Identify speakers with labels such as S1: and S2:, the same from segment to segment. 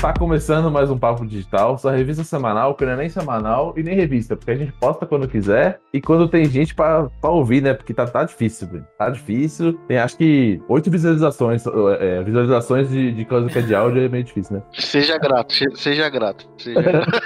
S1: Tá começando mais um Papo Digital, sua revista semanal, que não é nem semanal e nem revista, porque a gente posta quando quiser e quando tem gente pra, pra ouvir, né? Porque tá, tá difícil, velho. Tá difícil. Tem acho que oito visualizações, é, visualizações de, de coisa que é de áudio é meio difícil, né?
S2: Seja grato, se- seja grato. Seja grato.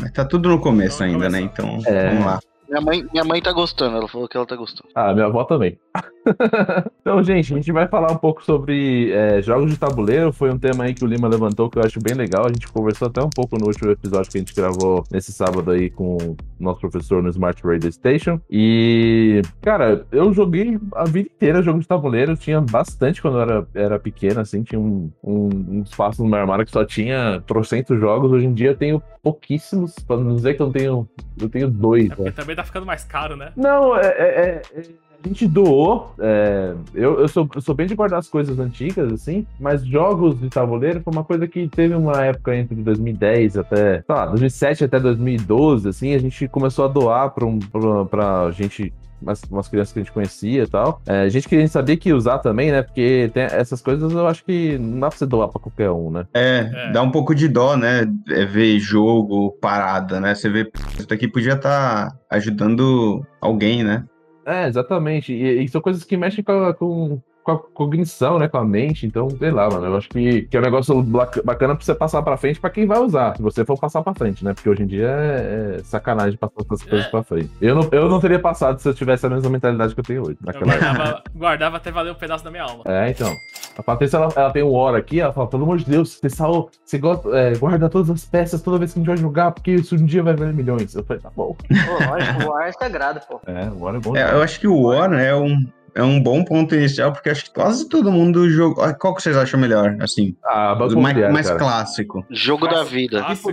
S3: Mas tá tudo no começo
S4: Vamos
S3: ainda,
S4: começar.
S3: né? Então,
S1: É.
S3: vamos lá.
S2: minha, mãe, minha mãe tá gostando, ela falou que ela tá gostando.
S1: Ah, minha avó também. então, gente, a gente vai falar um pouco sobre é, jogos de tabuleiro. Foi um tema aí que o Lima levantou que eu acho bem legal. A gente conversou até um pouco no último episódio que a gente gravou nesse sábado aí com o nosso professor no Smart Radio Station. E, cara, eu joguei a vida inteira jogo de tabuleiro. Tinha bastante quando eu era, era pequeno, assim. Tinha um, um, um espaço no meu armário que só tinha trocentos jogos. Hoje em dia eu tenho pouquíssimos. Pra não dizer que eu não tenho, eu tenho dois,
S4: É
S1: né?
S4: porque também tá ficando mais caro, né?
S1: Não, é. é- é- é- A gente doou. é, eu, eu sou, eu sou bem de guardar as coisas antigas, assim, mas jogos de tabuleiro foi uma coisa que teve uma época entre 2010 até, sei lá, 2007 até 2012, assim, a gente começou a doar pra, um, pra, pra gente. Umas, umas crianças que a gente conhecia e tal. É, gente que a gente sabia que ia usar também, né? Porque tem essas coisas eu acho que não dá pra você doar pra qualquer um, né?
S3: É,
S4: É.
S3: dá um pouco de dó, né? É ver jogo, parada, né? Você vê, "Pô, isso daqui podia estar ajudando alguém, né?
S1: É, exatamente. E, e são coisas que mexem com a, com, com a cognição, né? Com a mente. Então, sei lá, mano. Eu acho que, que é um negócio bac- bacana pra você passar pra frente pra quem vai usar. Se você for passar pra frente, né? Porque hoje em dia é, é sacanagem passar essas coisas
S4: É.
S1: pra frente. Eu não, eu não teria passado se eu tivesse a mesma mentalidade que eu tenho hoje.
S4: Eu
S1: Naquela...
S4: guardava, guardava até valer um pedaço da minha alma.
S1: É, então. A Patrícia, ela, ela tem um hora aqui, ela fala, pelo amor de Deus, você, sal, você gosta, é, guarda todas as peças toda vez que a gente vai jogar, porque isso um dia vai valer milhões. Eu falei, tá bom.
S5: Pô, lógico, o ar é sagrado, pô.
S1: É, o hora é bom.
S3: É, eu acho que o War é um, é um bom ponto inicial, porque acho que quase todo mundo jogou. Ah, Qual que vocês acham melhor, assim?
S1: Ah, banco
S3: O mais,
S1: imobiliário,
S3: mais
S1: cara.
S3: clássico.
S2: Jogo
S4: Mas-
S2: da vida.
S4: Clássico.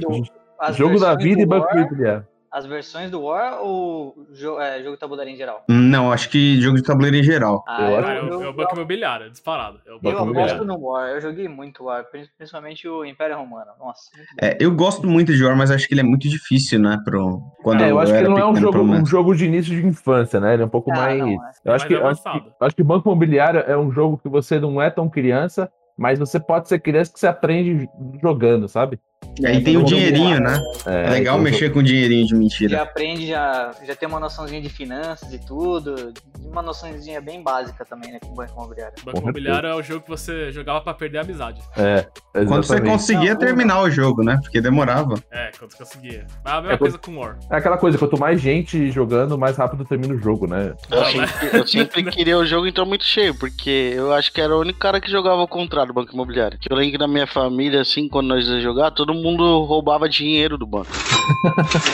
S5: As
S1: Tipo, Jogo da
S5: versões
S1: vida e é.
S5: do
S1: banco
S5: War-
S1: imobiliário.
S5: As versões do War ou jo é, jogo de tabuleiro em geral?
S3: Não, acho que jogo de tabuleiro em geral.
S5: Ah,
S1: Eu
S4: Ah,
S1: acho-
S4: é, o, é o banco imobiliário, disparado. É o
S5: eu
S4: banco
S5: aposto
S4: imobiliário.
S5: no War, eu joguei muito War, prin- principalmente o Império Romano. Nossa, muito bom.
S3: É, eu gosto muito de War, mas acho que ele é muito difícil, né? Pro, quando
S1: É, eu acho que
S3: era
S1: ele não é um
S3: pequeno,
S1: jogo,
S3: pelo menos.
S1: um jogo de início de infância, né? Ele é um pouco
S5: Ah,
S1: mais.
S5: não, é.
S1: eu acho
S4: Mais
S1: que, eu acho, que,
S4: avançado.
S1: eu acho que Banco Imobiliário é um jogo que você não é tão criança, mas você pode ser criança que você aprende jogando, sabe?
S3: E aí tem o dinheirinho, né?
S1: É,
S3: É legal
S1: então,
S3: mexer com dinheirinho de mentira.
S5: Já aprende, já, já tem uma noçãozinha de finanças e tudo. Uma noçãozinha bem básica também, né? Com o banco imobiliário.
S4: O banco
S1: Com
S4: imobiliário é o jogo que você jogava pra perder a amizade.
S1: É,
S3: Quando você
S1: exatamente.
S3: conseguia terminar o jogo, né? Porque demorava.
S4: É, quando você conseguia. Mas a mesma
S1: É,
S4: coisa com War.
S1: É aquela coisa, quanto mais gente jogando, mais rápido termina o jogo, né?
S2: Eu
S4: Não,
S2: sempre, eu sempre queria o jogo então muito cheio, porque eu acho que era o único cara que jogava ao contrário do banco imobiliário. Que eu lembro que na minha família, assim, quando nós ia jogar, todo mundo roubava dinheiro do banco.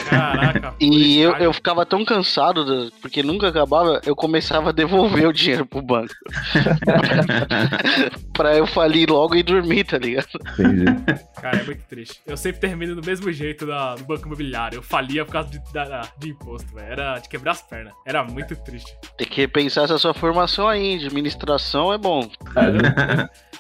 S4: Caraca.
S2: E eu, eu
S4: policial.
S2: ficava tão cansado, da- porque nunca acabava, eu começava a devolver o dinheiro pro banco. pra eu falir logo e dormir, tá ligado?
S1: Entendi.
S4: Cara, é muito triste. Eu sempre termino do mesmo jeito da, do banco imobiliário. Eu falia por causa de, da- de imposto, velho. Era de quebrar as pernas. Era muito triste.
S2: Tem que repensar essa sua formação aí, de administração é bom.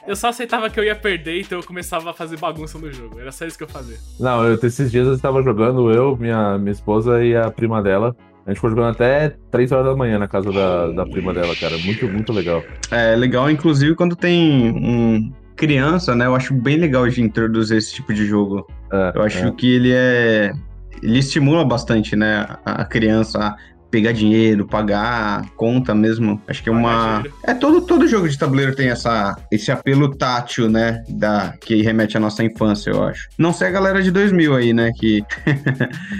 S4: Eu só aceitava que eu ia perder, então eu começava a fazer bagunça no jogo. Era só isso que eu fazia.
S1: Não, eu, esses dias eu estava jogando, eu, minha, minha esposa e a prima dela. A gente ficou jogando até 3 horas da manhã na casa da, da prima dela, cara. Muito, muito legal.
S3: É legal, inclusive, quando tem um criança, né? Eu acho bem legal de introduzir esse tipo de jogo.
S1: É,
S3: Eu acho que ele é. Ele estimula bastante, né? A a criança a pegar dinheiro, pagar conta mesmo. Acho que é
S4: Pagar
S3: uma.
S4: dinheiro.
S3: É todo, todo jogo de tabuleiro tem essa, esse apelo tátil, né? Da, que remete à nossa infância, eu acho. Não sei a galera de 2000 aí, né? Que,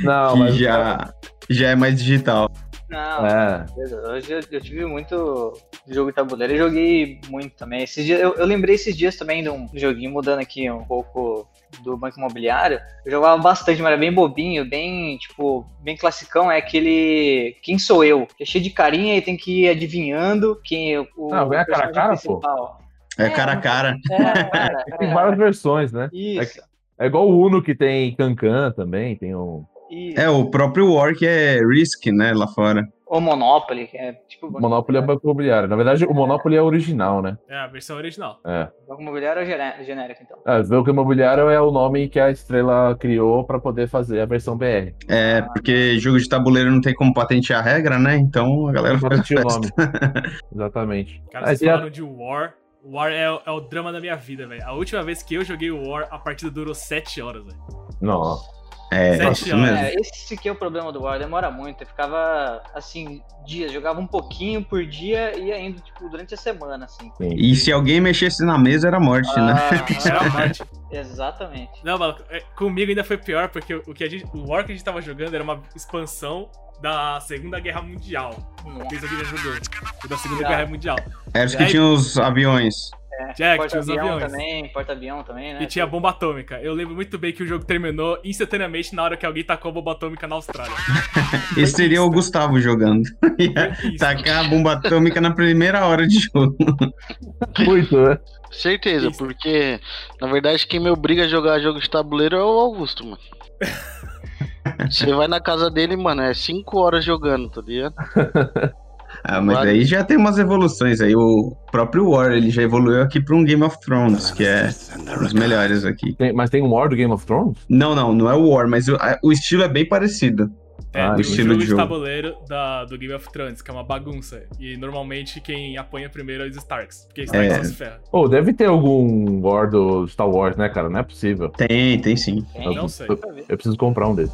S1: Não,
S3: que
S1: mas.
S3: já, já é mais digital.
S5: Não,
S1: É.
S5: beleza. Hoje eu, eu tive muito jogo de tabuleiro e joguei muito também. Esses dias, eu, eu lembrei esses dias também de um joguinho, mudando aqui um pouco do banco imobiliário. Eu jogava bastante, mas era bem bobinho, bem, tipo, bem classicão. É aquele Quem Sou Eu? Que é cheio de carinha e tem que ir adivinhando quem é o- o.
S1: Ah, ganha cara a
S5: personagem
S1: cara, pô.
S5: principal.
S3: É cara a cara.
S5: É, cara,
S1: Tem
S5: é.
S1: várias versões, né?
S5: Isso,
S1: É igual o Uno que tem Cancan também, tem um.
S5: isso.
S3: É, o próprio War que é Risk, né? Lá fora.
S5: Ou Monopoly, que é tipo. banco
S1: Monopoly é banco imobiliário. Na verdade, o Monopoly é original, né?
S4: É a versão original.
S1: É.
S5: Banco imobiliário ou gené- genérico, então?
S1: É, banco imobiliário é o nome que a estrela criou para poder fazer a versão BR.
S3: É, porque jogo de tabuleiro não tem como patentear a regra, né? Então a galera
S1: Só
S3: faz a
S1: tinha o
S3: festa.
S1: nome. Exatamente.
S4: Cara,
S1: Mas
S4: vocês
S1: e a-
S4: falaram de War. War é, o- é o drama da minha vida, velho. A última vez que eu joguei o War, a partida durou 7 horas, velho.
S1: Nossa.
S3: É,
S4: Sete
S3: isso
S4: horas.
S3: mesmo.
S5: É, esse que é o problema do War, demora muito. Eu ficava, assim, dias, jogava um pouquinho por dia e ainda, tipo, durante a semana, assim.
S1: Sim.
S3: E se alguém mexesse na mesa era morte, né?
S4: Era a
S5: Ah,
S4: morte.
S5: exatamente.
S4: Não, mano, é, comigo ainda foi pior, porque o, que a gente, o War que a gente tava jogando era uma expansão da Segunda Guerra Mundial.
S5: Nossa.
S4: Quem já jogou? Foi Da Segunda
S5: Já.
S4: Guerra Mundial.
S3: Era os É, que tinham os aviões.
S4: Jack, tinha os
S5: Porta-avião
S4: aviões.
S5: também, porta-avião também, né?
S4: E tinha bomba atômica. Eu lembro muito bem que o jogo terminou instantaneamente na hora que alguém tacou a bomba atômica na Austrália.
S3: Esse seria o Gustavo jogando.
S4: Foi
S3: Tá
S4: isso.
S3: Tacar a bomba atômica na primeira hora de jogo.
S1: Muito, né?
S2: Certeza,
S4: Isso.
S2: porque na verdade quem me obriga a jogar jogo de tabuleiro é o Augusto, mano. Você vai na casa dele, mano, é 5 horas jogando, tá ligado?
S3: Ah, mas
S2: Vale.
S3: aí já tem umas evoluções aí. O próprio War, ele já evoluiu aqui pra um Game of Thrones, que é os melhores aqui.
S1: Tem- mas tem um War do Game of Thrones?
S3: Não, não, não é o War, mas o, a- o estilo é bem parecido.
S4: É,
S1: Ah,
S4: tem um
S1: o
S3: estilo
S4: jogo
S3: de
S4: de
S3: jogo.
S4: tabuleiro da- do Game of Thrones, que é uma bagunça. E normalmente quem apanha primeiro é os Starks, porque Starks
S3: É.
S4: só se ferra.
S1: Ou deve ter algum War do Star Wars, né, cara? Não é possível.
S3: Tem, tem sim.
S5: Tem,
S1: Eu,
S4: Não sei.
S1: eu- eu preciso comprar um dele.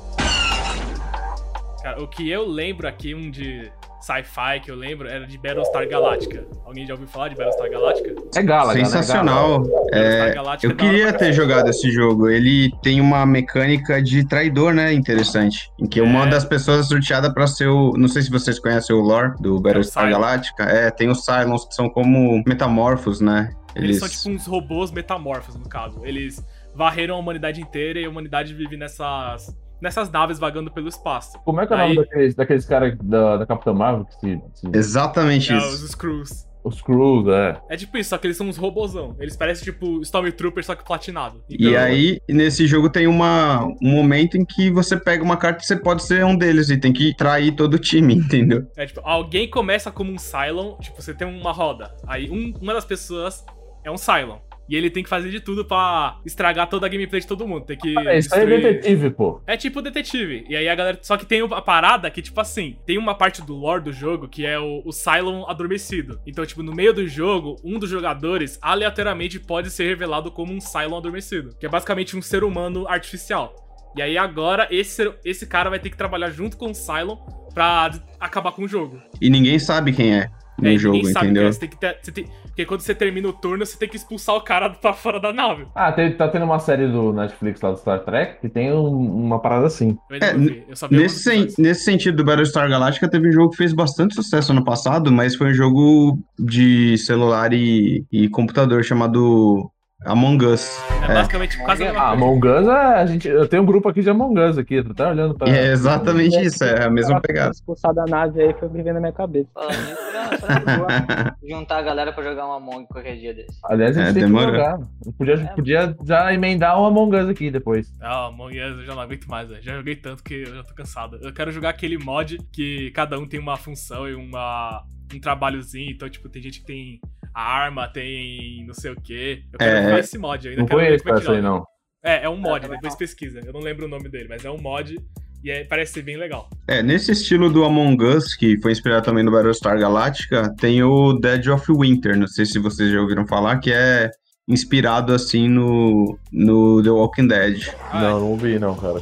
S4: Cara, o que eu lembro aqui, um de sci-fi que eu lembro, era de Battlestar Galactica. Alguém já ouviu falar de Battlestar Galactica?
S1: É Galaga, né? Galaga.
S3: Sensacional.
S4: Battlestar
S3: É,
S4: Galactica
S3: eu queria ter jogado esse jogo. Ele tem uma mecânica de traidor, né? Interessante. Em que uma
S4: É.
S3: das pessoas é sorteada pra ser o. Não sei se vocês conhecem o lore
S4: É
S3: do Battlestar
S4: Cylon.
S3: Galactica. É, tem os Cylons que são como metamorfos, né?
S4: Eles... são tipo uns robôs metamorfos, no caso. Eles varreram a humanidade inteira e a humanidade vive nessas, nessas naves vagando pelo espaço.
S1: Como é que é o nome
S4: Aí-
S1: daqueles, daqueles caras da, da Capitã Marvel que se. se-
S3: Exatamente
S4: É,
S3: isso.
S4: os Screws.
S1: os Crews, é.
S4: É tipo isso, só que eles são uns robôzão. Eles parecem tipo Stormtrooper, só que platinado. Então,
S3: E aí, nesse jogo tem uma, um momento em que você pega uma carta e você pode ser um deles e tem que trair todo o time, entendeu?
S4: É tipo, alguém começa como um Cylon, tipo, você tem uma roda. Aí um- uma das pessoas é um Cylon. E ele tem que fazer de tudo pra estragar toda a gameplay de todo mundo. Tem que.
S1: É, isso aí é
S4: destruir-
S1: detetive, pô.
S4: É tipo detetive. E aí a galera. Só que tem a parada que, tipo assim, tem uma parte do lore do jogo que é o, o Cylon adormecido. Então, tipo, no meio do jogo, um dos jogadores aleatoriamente pode ser revelado como um Cylon adormecido. Que é basicamente um ser humano artificial. E aí agora esse, ser- esse cara vai ter que trabalhar junto com o Cylon pra d- acabar com o jogo.
S3: E ninguém sabe quem é no
S4: É, e
S3: jogo,
S4: ninguém sabe,
S3: entendeu?
S4: cara. Você tem que ter- você tem- porque quando você termina o turno, você tem que expulsar o cara pra fora da nave.
S1: Ah, tem- tá tendo uma série do Netflix lá do Star Trek que tem um- uma parada assim.
S4: Eu ainda
S3: É,
S4: não vi, eu só vi
S3: Nesse,
S4: alguns
S3: sen-
S4: episódios.
S3: nesse sentido do Battlestar Galactica, teve um jogo que fez bastante sucesso ano passado, mas foi um jogo de celular e, e computador chamado Among Us.
S4: É basicamente quase a mesma
S1: Ah,
S4: coisa.
S1: Among Us, é, a gente, eu tenho um grupo aqui de Among Us aqui, tu tá olhando pra.
S3: E é exatamente isso, é a mesma pegada.
S6: Expulsar da nave aí foi vivendo na minha cabeça.
S5: Falando nisso, não, será que eu vou juntar a galera pra jogar um Among qualquer dia desse?
S1: Aliás, a gente
S3: É,
S1: tem
S3: demorou.
S1: que jogar. Eu Podia, podia já emendar um Among Us aqui depois.
S4: Ah, Among Us eu já não aguento mais, velho. Já joguei tanto que eu já tô cansado. Eu quero jogar aquele mod que cada um tem uma função e uma, um trabalhozinho. Então, tipo, tem gente que tem a arma, tem não sei o quê. Eu quero
S3: É.
S4: jogar esse mod eu ainda.
S1: Não
S4: quero ver
S1: conheço
S4: como é que
S1: essa aí,
S4: joga.
S1: não.
S4: É, é um mod,
S5: É, também
S4: depois pesquisa. Eu não lembro o nome dele, mas é um mod e é- parece ser bem legal.
S3: É, nesse estilo do Among Us, que foi inspirado também no Battlestar Galactica, tem o Dead of Winter, não sei se vocês já ouviram falar, que é inspirado assim no, no The Walking Dead.
S4: Ah,
S1: Não, não vi, não, cara.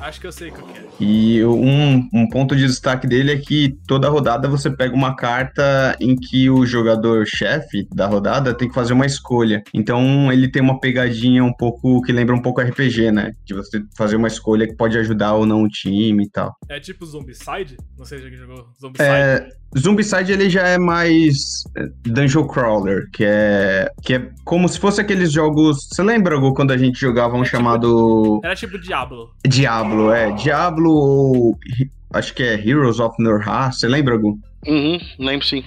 S4: Acho que eu sei qual que é.
S3: E um, um ponto de destaque dele é que toda rodada você pega uma carta em que o jogador-chefe da rodada tem que fazer uma escolha. Então ele tem uma pegadinha um pouco que lembra um pouco RPG, né? De você fazer uma escolha que pode ajudar ou não o time e tal.
S4: É tipo Zombicide? Não sei se alguém jogou Zombicide.
S3: É, Zombicide ele já é mais é, Dungeon Crawler, que é, que é como se fosse aqueles jogos. Você lembra, Gu, quando a gente jogava um
S4: É tipo-
S3: chamado
S4: Era tipo Diablo.
S3: Diablo? É, Diablo ou. Acho que é Heroes of Norha. Você lembra, Gu?
S2: Uhum, lembro sim.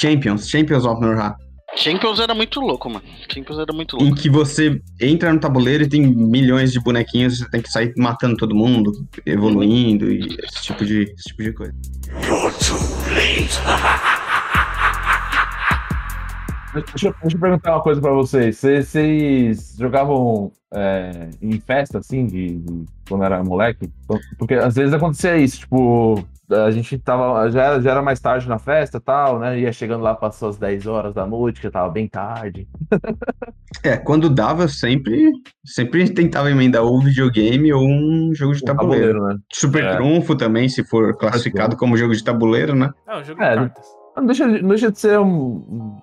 S3: Champions, Champions of Norha.
S2: Champions era muito louco, mano. Champions era muito
S3: Em
S2: louco.
S3: que você entra no tabuleiro e tem milhões de bonequinhos, você tem que sair matando todo mundo, evoluindo e esse tipo de, esse tipo de coisa.
S1: Deixa, eu- deixa eu perguntar uma coisa pra vocês. Vocês- Vocês jogavam é, em festa, assim, de, de- quando era moleque? Então, Porque às vezes acontecia isso, tipo, a gente tava. Já era, já era mais tarde na festa e tal, né? Ia chegando lá, passou as 10 horas da noite, que já tava bem tarde.
S3: É, quando dava, eu sempre, sempre tentava emendar ou videogame ou um jogo de tabuleiro.
S1: né?
S3: Super
S1: É.
S3: Trunfo também, se for classificado como jogo de tabuleiro, né?
S4: É um jogo de
S1: É,
S4: cartas.
S1: Não deixa, de- não deixa de ser um,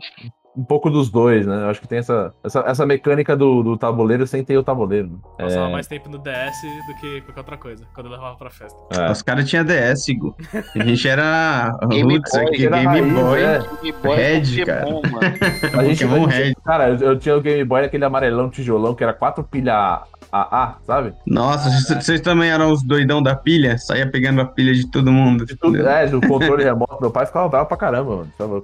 S1: um pouco dos dois, né? Eu acho que tem essa, essa, essa mecânica do, do tabuleiro sem ter o tabuleiro. né?
S4: Passava mais tempo no DS do que qualquer outra coisa, quando eu levava pra festa.
S1: É.
S3: Os caras tinham DS, Gu. A gente era
S2: Game
S3: Roots
S2: Boy,
S3: aqui,
S1: era
S3: Game
S1: raiz,
S3: Boy.
S1: é.
S2: Game Boy
S3: Red,
S2: Pokémon,
S3: cara.
S2: mano. É,
S3: É
S1: A gente,
S3: Pokémon
S1: a gente-
S3: Red.
S1: Cara, eu, eu tinha o Game Boy, aquele amarelão tijolão, que era quatro pilha AA, sabe?
S3: Nossa, vocês- vocês também eram os doidão da pilha? Saía pegando a pilha de todo mundo.
S1: De tudo, é, do controle remoto. Meu pai ficava bravo pra caramba, mano. Tava-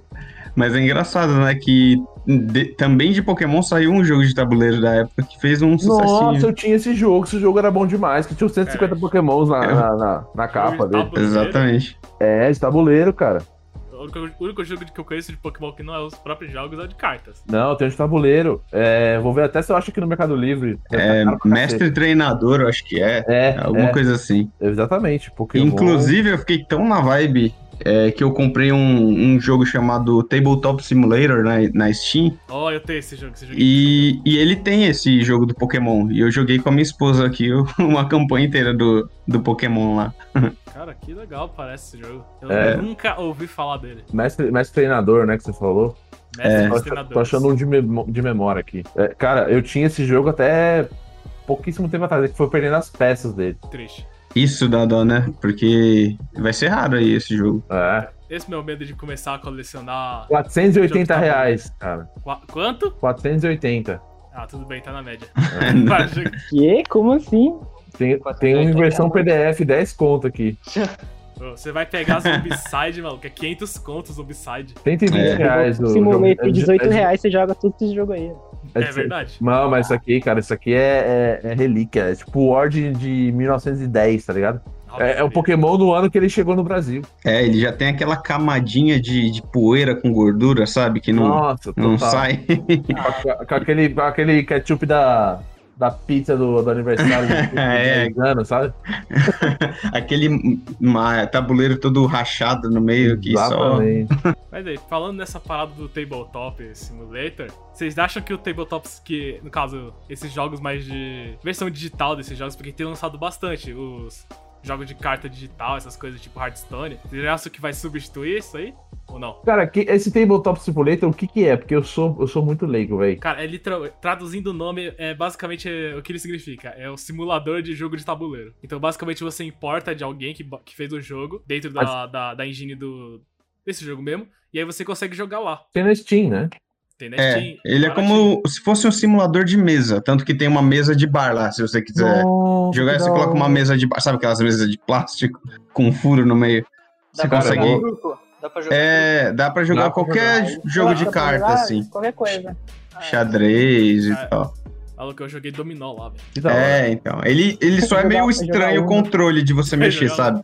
S3: Mas é engraçado, né? Que de- também de Pokémon saiu um jogo de tabuleiro da época que fez um
S1: Nossa,
S3: sucessinho.
S1: eu tinha esse jogo, esse jogo era bom demais, que tinha os 150
S4: É.
S1: pokémons na,
S3: Eu-
S1: na, na-
S3: É,
S1: na capa
S4: Jogo de
S1: dele.
S4: tabuleiro.
S3: Exatamente.
S1: É, de tabuleiro, cara.
S4: O único, o único jogo que eu conheço de Pokémon que não é os próprios jogos é o de cartas.
S1: Não, tem de tabuleiro. É, vou ver até se eu acho aqui no Mercado Livre.
S3: É,
S1: Cara pra cacete.
S3: mestre treinador, eu acho que é.
S1: É,
S3: Alguma
S1: é,
S3: coisa assim.
S1: exatamente. Pokémon.
S3: Inclusive, eu fiquei tão na vibe é, que eu comprei um, um jogo chamado Tabletop Simulator na, na Steam.
S4: Ó, eu tenho esse jogo, é esse jogo.
S3: E, e ele tem esse jogo do Pokémon. E eu joguei com a minha esposa aqui uma campanha inteira do, do Pokémon lá.
S4: Cara, que legal parece esse jogo. Eu
S1: É.
S4: nunca ouvi falar dele.
S1: Mestre, mestre treinador, né, que você falou.
S4: Mestre
S3: É.
S4: dos
S1: Tô
S4: treinadores.
S1: achando um de, memo- de memória aqui. É, cara, eu tinha esse jogo até pouquíssimo tempo atrás, é que foi perdendo as peças dele.
S4: Triste.
S3: Isso dá dó, né? Porque vai ser raro aí esse jogo.
S1: É.
S4: Esse meu medo de começar a colecionar.
S1: 480 reais, cara.
S4: Qua- Quanto?
S1: 480.
S4: Ah, tudo bem, tá na média.
S3: Não.
S4: Vai, jogo-
S6: Que? Como assim?
S1: Tem, tem uma versão PDF, 10 conto aqui.
S4: Você vai pegar Zombicide, maluco. É 500 contos Zombicide.
S1: 120
S3: É.
S1: reais. o jogo.
S6: Simulator,
S1: É de-
S6: 18
S1: é de-
S6: reais, você joga tudo esse jogo aí.
S1: é
S4: É
S1: de-
S4: verdade.
S1: Não, mas isso aqui, cara, isso aqui é, é- é relíquia. É tipo o Word de 1910, tá ligado? É, é o Pokémon do ano que ele chegou no Brasil.
S3: É, ele já tem aquela camadinha de, de poeira com gordura, sabe? Que não,
S1: Nossa, total.
S3: não sai.
S1: Com, com aquele, com aquele ketchup da, da pizza do, do aniversário de
S3: É.
S1: 10 anos, sabe?
S3: Aquele ma- tabuleiro todo rachado no meio que só.
S1: Exatamente.
S4: Mas aí, falando nessa parada do Tabletop Simulator, vocês acham que o Tabletop, que, no caso, esses jogos mais de. versão digital desses jogos, porque tem lançado bastante os jogos de carta digital, essas coisas tipo Hearthstone, vocês acham que vai substituir isso aí? Ou não?
S1: Cara, que, esse tabletop simulator, o que que é? Porque eu sou, eu sou muito leigo, velho.
S4: Cara, ele tra- traduzindo o nome, é basicamente é, o que ele significa. É o simulador de jogo de tabuleiro. Então, basicamente, você importa de alguém que, bo- que fez o jogo dentro da, da, da engine do, desse jogo mesmo. E aí você consegue jogar lá.
S1: Tem na Steam, né?
S4: Tem na
S3: É,
S4: Steam,
S3: ele é
S4: baratinho.
S3: como se fosse um simulador de mesa. Tanto que tem uma mesa de bar lá, se você quiser
S1: Nossa,
S3: É. jogar,
S1: que
S3: você
S1: da
S3: coloca uma
S1: hora.
S3: mesa de bar. Sabe aquelas mesas de plástico com furo no meio? Você
S1: pra
S3: consegue.
S1: jogar?
S5: Grupo, dá pra jogar.
S3: É, dá pra jogar
S1: Dá pra
S3: qualquer
S6: jogar.
S3: jogo de
S6: Dá pra
S3: carta,
S6: jogar
S3: assim.
S6: Qualquer coisa.
S1: É.
S3: Xadrez
S4: Ah,
S3: e tal.
S4: Maluco, eu joguei dominó lá, velho.
S1: Que da hora. um
S3: É, então. Ele, ele só é
S6: Jogar-
S3: meio
S6: jogar
S3: estranho o
S6: Uno.
S3: controle de você mexer,
S4: Jogar-
S3: sabe?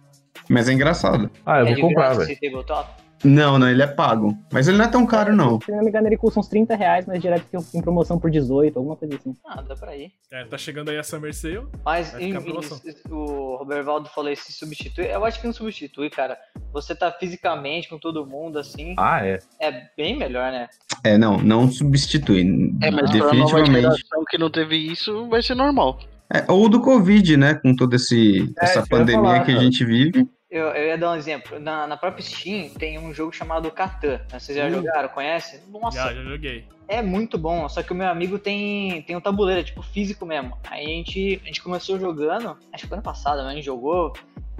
S3: Mas é engraçado.
S1: Ah, eu
S5: É
S1: vou
S5: de
S1: comprar,
S5: graça
S1: velho.
S5: esse tabletop?
S3: Não, não, ele é pago. Mas ele não é tão caro, não.
S6: Se não me engano, ele custa uns 30 reais, mas direto tem tem promoção por 18, alguma coisa assim.
S5: Ah, dá pra ir.
S4: É, tá chegando aí a Summer Sale.
S5: Mas
S4: Vai
S5: em,
S4: ficar
S5: em-
S4: promoção.
S5: o Robervaldo falou isso, se substitui. Eu acho que não substitui, cara. Você tá fisicamente com todo mundo, assim,
S1: Ah, é.
S5: é bem melhor, né?
S3: É, não, não substitui.
S2: É, mas pra nova
S3: definitivamente.
S2: geração que não teve isso, vai ser normal.
S3: É, ou do Covid, né? Com toda esse,
S1: É,
S3: essa
S1: isso que eu ia
S3: pandemia
S1: falar,
S3: que a
S1: cara.
S3: gente vive.
S5: Eu, eu ia dar um exemplo. Na, na própria Steam tem um jogo chamado Catan. né? Vocês já jogaram? Conhece? Nossa,
S4: Hum. Já, já joguei.
S5: é muito bom. Só que o meu amigo tem, tem um tabuleiro, é tipo físico mesmo. Aí a gente, a gente começou jogando, acho que foi ano passado, né? a gente jogou.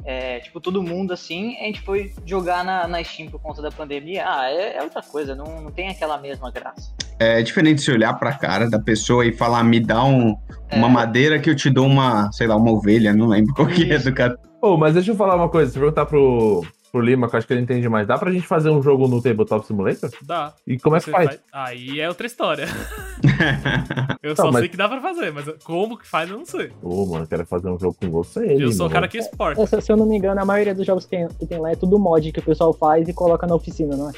S5: é, tipo, todo mundo assim, a gente foi jogar na, na Steam por conta da pandemia. Ah, é, é outra coisa, não, não tem aquela mesma graça.
S3: É diferente se olhar pra cara da pessoa e falar, me dá um- uma
S5: É.
S3: madeira que eu te dou uma, sei lá, uma ovelha, não lembro qual que é do cara.
S1: Ô, mas deixa eu falar uma coisa. Se eu perguntar pro, pro Lima, que eu acho que ele entende mais. Dá pra gente fazer um jogo no Tabletop Simulator?
S4: Dá.
S1: E como é que
S4: Você
S1: faz?
S4: faz- Aí é outra história. eu só
S1: Não, Tá, mas-
S4: sei que dá pra fazer, mas como que faz eu não sei.
S1: Ô, mano, quero fazer um jogo com você.
S4: Eu sou o
S1: mano.
S4: cara que exporta.
S6: É, Se, se eu não me engano, a maioria dos jogos que tem, que tem lá é tudo mod que o pessoal faz e coloca na oficina, não é?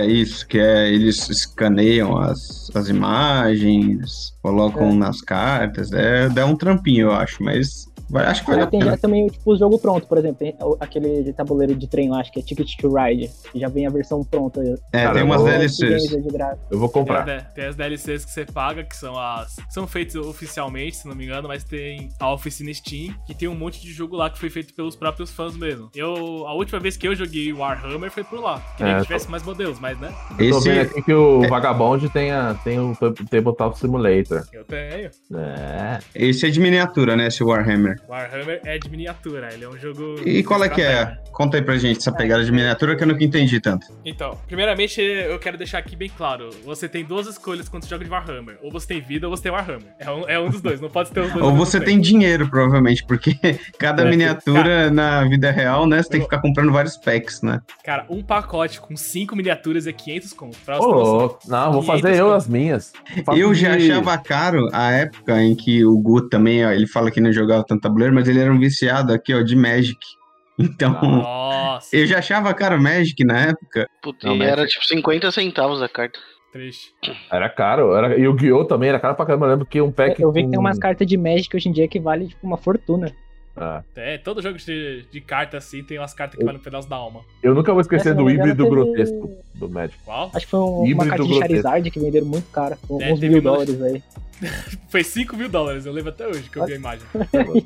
S3: É isso, que é, eles escaneiam as, as imagens, colocam
S6: É.
S3: nas cartas, é, dá um trampinho, eu acho, mas vai, acho que vale
S6: Ah,
S3: a
S6: tem
S3: pena.
S6: já também tipo, o jogo pronto, por exemplo, tem o- aquele de tabuleiro de trem lá, acho que é Ticket to Ride, que já vem a versão pronta.
S3: É,
S1: Cara,
S3: tem umas
S1: eu-
S3: DLCs.
S6: De graça.
S1: Eu vou
S4: Tem, a
S1: comprar.
S4: D- tem as DLCs que você paga, que são as. que são feitas oficialmente, se não me engano, mas tem a oficina Steam, que tem um monte de jogo lá que foi feito pelos próprios fãs mesmo. Eu. A última vez que eu joguei Warhammer foi por lá. Queria
S1: É,
S4: que
S1: tô-
S4: tivesse mais modelos, mas né?
S1: Eu tô vendo
S3: Esse, é
S1: aqui que o Vagabond tem, a, tem o Tab- Tabletop Simulator.
S4: Eu tenho.
S1: É.
S3: esse é de miniatura, né, esse Warhammer.
S4: Warhammer é de miniatura, ele é um jogo.
S3: E qual é que é?
S4: estratégia.
S3: Conta aí pra gente essa pegada de miniatura que eu nunca entendi tanto.
S4: Então, primeiramente eu quero deixar aqui bem claro: você tem duas escolhas quando você joga de Warhammer. Ou você tem vida ou você tem Warhammer. É um, é um dos dois, não pode ter os dois. ao
S3: Ou
S4: mesmo
S3: você
S4: tempo.
S3: tem dinheiro, provavelmente, porque cada
S1: É,
S3: miniatura na vida real, né, você tem que
S4: Eu-
S3: ficar comprando vários packs, né?
S4: Cara, um pacote com cinco miniaturas é 500 conto. Pra
S1: Ô,
S4: você ter noção.
S1: louco. não, vou
S4: 500
S1: fazer eu
S4: conto.
S1: as minhas. Faço
S3: Eu já
S1: de-
S3: achava caro a época em que o Gu também, ó, ele fala que não jogava tanto tabuleiro, mas ele era um viciado aqui, ó, de Magic. Então,
S4: Nossa,
S3: eu já achava caro Magic na época.
S2: Puta,
S1: Não,
S2: e
S1: mas- é-
S2: era tipo 50 centavos a carta.
S4: triste.
S1: Era caro. Era... E o Guiô também era caro pra caramba. Eu lembro que um pack.
S6: Eu vi que tem
S1: com-
S6: umas cartas de Magic hoje em dia que vale tipo, uma fortuna.
S1: Ah.
S4: É, todo jogo de, de carta assim tem umas cartas que valem um pedaço da alma.
S1: Eu nunca vou esquecer
S6: Mas, se não
S1: do
S6: me engano,
S1: híbrido
S6: teve-
S1: grotesco do Magic.
S4: Qual?
S6: Acho que foi um- uma
S1: Híbrido Né,
S6: carta de
S1: grotesco.
S6: Charizard que venderam muito cara, com
S4: É,
S6: uns
S4: teve
S6: mil
S4: uma-
S6: dólares aí.
S4: Foi 5 mil dólares, eu lembro até hoje que eu vi a imagem.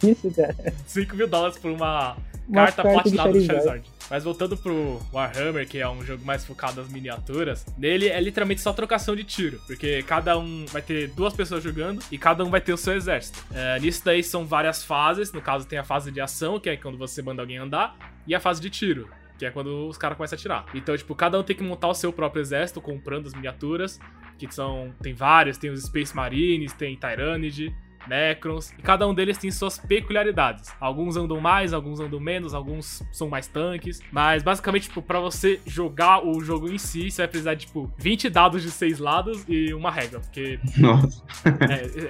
S6: Que isso, cara.
S4: 5 mil dólares por uma
S6: Uma
S4: carta platinada do Charizard. Mas voltando pro Warhammer, que é um jogo mais focado nas miniaturas, nele é literalmente só trocação de tiro, porque cada um vai ter duas pessoas jogando e cada um vai ter o seu exército. É, nisso daí são várias fases, no caso tem a fase de ação, que é quando você manda alguém andar, e a fase de tiro. Que é quando os caras começam a atirar. Então, tipo, cada um tem que montar o seu próprio exército, comprando as miniaturas, que são. Tem vários, tem os Space Marines, tem Tyranid, Necrons, e cada um deles tem suas peculiaridades. Alguns andam mais, alguns andam menos, alguns são mais tanques. Mas basicamente, tipo, pra você jogar o jogo em si, você vai precisar, tipo, 20 dados de seis lados e uma regra. Porque
S3: Nossa.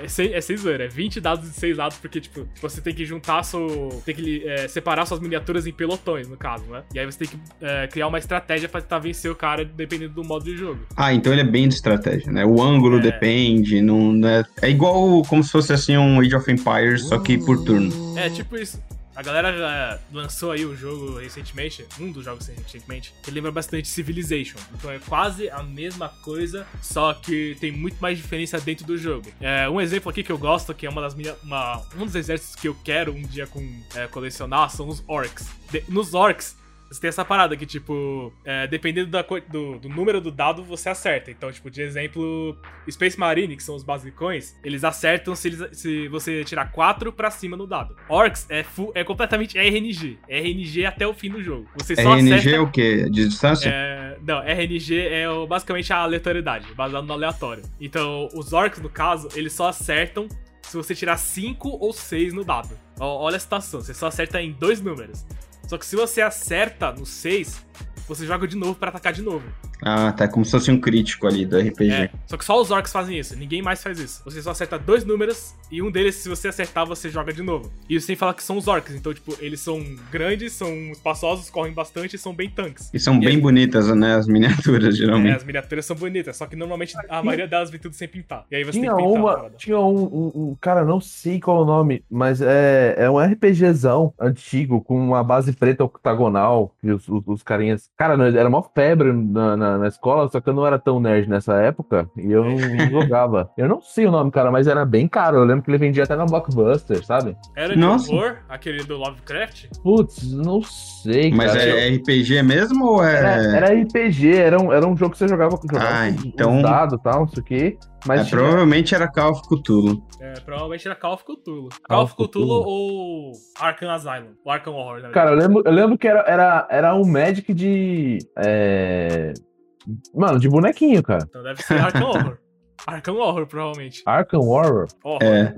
S4: é, é, sem, é sem zoeira, é 20 dados de 6 lados, porque, tipo, você tem que juntar seu. Tem que é, separar suas miniaturas em pelotões, no caso, né? E aí você tem que é, criar uma estratégia pra tentar vencer o cara, dependendo do modo de jogo.
S3: Ah, então ele é bem de estratégia, né? O ângulo
S4: É.
S3: depende, não, não é... é igual como se fosse assim um Age of Empires, só que por turno.
S4: É, tipo isso. A galera é, lançou aí o jogo recentemente, um dos jogos recentemente, que lembra bastante Civilization. Então é quase a mesma coisa, só que tem muito mais diferença dentro do jogo. É, um exemplo aqui que eu gosto, que é uma das minhas. uma- um dos exércitos que eu quero um dia com, é, colecionar, são os orcs. De- nos orcs, você tem essa parada que, tipo, é, dependendo da co- do, do número do dado, você acerta. Então, tipo, de exemplo, Space Marine, que são os basicões, eles acertam se, eles- se você tirar 4 pra cima no dado. Orcs é, fu- é completamente RNG. RNG até o fim do jogo. Você só
S3: RNG é
S4: acerta...
S3: o quê? De distância?
S4: É, não, RNG é o- basicamente a aleatoriedade, baseado no aleatório. Então, os orcs, no caso, eles só acertam se você tirar 5 ou 6 no dado. Ó, Olha a situação, você só acerta em dois números. Só que se você acerta no 6, você joga de novo pra atacar de novo.
S3: Ah, tá, como se fosse um crítico ali do RPG.
S4: É, só que só os orcs fazem isso, ninguém mais faz isso. Você só acerta dois números e um deles, se você acertar, você joga de novo. E isso sem falar que são os orcs, então, tipo, eles são grandes, são espaçosos, correm bastante e são bem tanques.
S3: E são bem
S4: E-
S3: bonitas, né, as miniaturas,
S4: É,
S3: geralmente.
S4: as miniaturas são bonitas, só que normalmente a maioria delas vem tudo sem pintar. E aí você
S1: Tinha
S4: tem que pintar. a
S1: uma,
S4: parada.
S1: tinha um, um- um- cara, não sei qual o nome, mas é, é um RPGzão antigo com uma base preta octagonal e os, os, os carinhas. Cara, nós- era mó febre na, na, na escola, só que eu não era tão nerd nessa época e eu não jogava. Eu não sei o nome, cara, mas era bem caro. Eu lembro que ele vendia até na Blockbuster, sabe?
S4: Era de
S3: Nossa.
S4: horror, aquele do Lovecraft.
S1: Putz, não sei,
S3: Mas
S4: Então,
S1: cara.
S3: é RPG mesmo ou é...
S1: Era, era RPG, era um, era um jogo que você jogava com jogava
S3: Ah,
S1: com os
S3: então-
S1: dados e tal, isso aqui.
S3: É,
S1: Mas tinha-
S3: provavelmente era Call of Cthulhu.
S4: É, provavelmente era Call of Cthulhu. Call of
S1: Call of
S4: Cthulhu
S1: Cthulhu.
S4: ou Arkham Asylum. O Arkham Horror, na
S1: Cara,
S4: verdade.
S1: eu lembro, eu lembro que era, era, era um Magic de. é, Mano, de bonequinho, cara.
S4: Então deve ser Arkham Horror. Arkham Horror, provavelmente.
S1: Arkham Horror.
S4: Horror.
S3: É.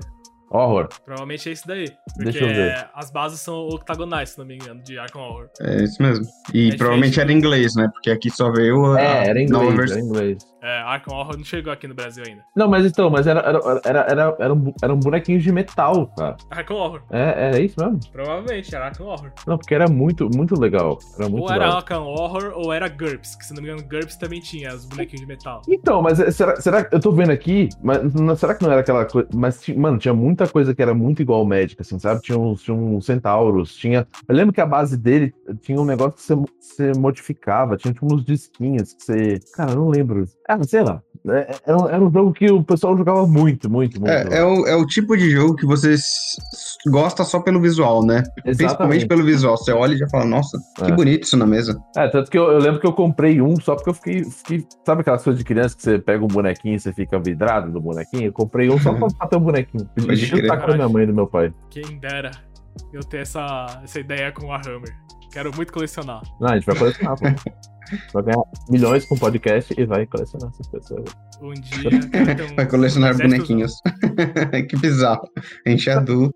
S1: Horror.
S4: Provavelmente é esse daí. Porque
S1: Deixa eu ver.
S4: é, as bases são octagonais, se não me engano, de Arkham Horror.
S3: É isso mesmo. E
S4: É
S3: provavelmente
S4: diferente.
S3: era em inglês, né? Porque aqui só veio a
S1: É, era em
S3: nova
S1: inglês,
S3: versão.
S1: era em inglês.
S4: É, Arkham Horror não chegou aqui no Brasil ainda.
S1: Não, mas então, mas era, era, era, era, era, um, bu- era um bonequinho de metal, cara.
S4: Arkham Horror.
S1: É, era isso mesmo?
S4: Provavelmente era Arkham Horror.
S1: Não, porque era muito, muito legal. Era muito
S4: ou era
S1: legal.
S4: Arkham Horror ou era GURPS, que se não me engano, GURPS também tinha os bonequinhos de metal.
S1: Então, mas é- será, será que eu tô vendo aqui, mas não- será que não era aquela coisa. Mas, ti- mano, tinha muita coisa que era muito igual ao Magic, assim, sabe? Tinha uns, tinha uns centauros, tinha. Eu lembro que a base dele tinha um negócio que você, mo- você modificava, tinha tipo, uns disquinhos que você. Cara, eu não lembro. Ah, sei lá. É- é- Era, um- era um jogo que o pessoal jogava muito, muito, muito.
S3: É, é o, é o tipo de jogo que você s- gosta só pelo visual, né? Principalmente
S1: Exatamente.
S3: pelo visual. Você olha e já fala, nossa, que
S1: É.
S3: bonito isso na mesa.
S1: É, tanto que eu, eu lembro que eu comprei um só porque eu fiquei, fiquei- Sabe aquelas coisas de criança que você pega um bonequinho e você fica vidrado no bonequinho? Eu comprei um só pra bater o bonequinho.
S3: Pode
S1: Pedi
S3: crer.
S1: tá com a minha mãe e do meu pai.
S4: Quem dera eu ter essa, essa ideia com Warhammer. Quero muito colecionar.
S1: Não, a gente vai colecionar, pô. Vai ganhar milhões com podcast e vai colecionar essas pessoas.
S4: Um dia, quero ter um-
S3: Vai colecionar
S4: Certo.
S3: bonequinhos. que bizarro. A gente é adulto.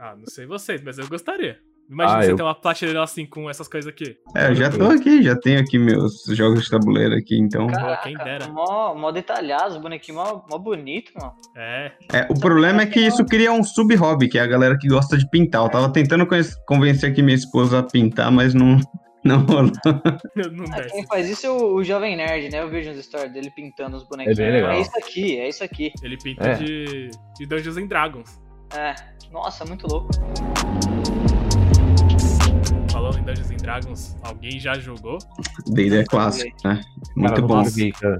S4: Ah, não sei vocês, mas eu gostaria. Imagina
S1: Ah,
S4: você
S1: eu-
S4: ter uma prateleira assim com essas coisas aqui.
S3: É, eu já tô aqui, já tenho aqui meus jogos de tabuleiro aqui, então.
S5: Caraca,
S4: quem dera.
S5: Mó, mó detalhado, os bonequinhos mó, mó bonito, mano.
S4: É,
S3: É, o problema é que isso cria um sub-hobby, que é a galera que gosta de pintar. Eu tava tentando conhe- convencer aqui minha esposa a pintar, mas não, não rolou.
S4: não
S5: Ah,
S4: desce.
S5: quem faz isso é o, o Jovem Nerd, né? Eu vejo as histórias dele pintando os bonequinhos.
S1: É bem legal.
S5: É isso aqui, é isso aqui.
S4: Ele pinta
S1: É.
S4: de, de Dungeons and Dragons.
S5: É. Nossa, muito louco.
S4: Falando em Dungeons and Dragons, alguém já jogou?
S3: Daí é clássico, né? Muito
S1: Cara, eu não
S3: bom.
S1: consegui, cara.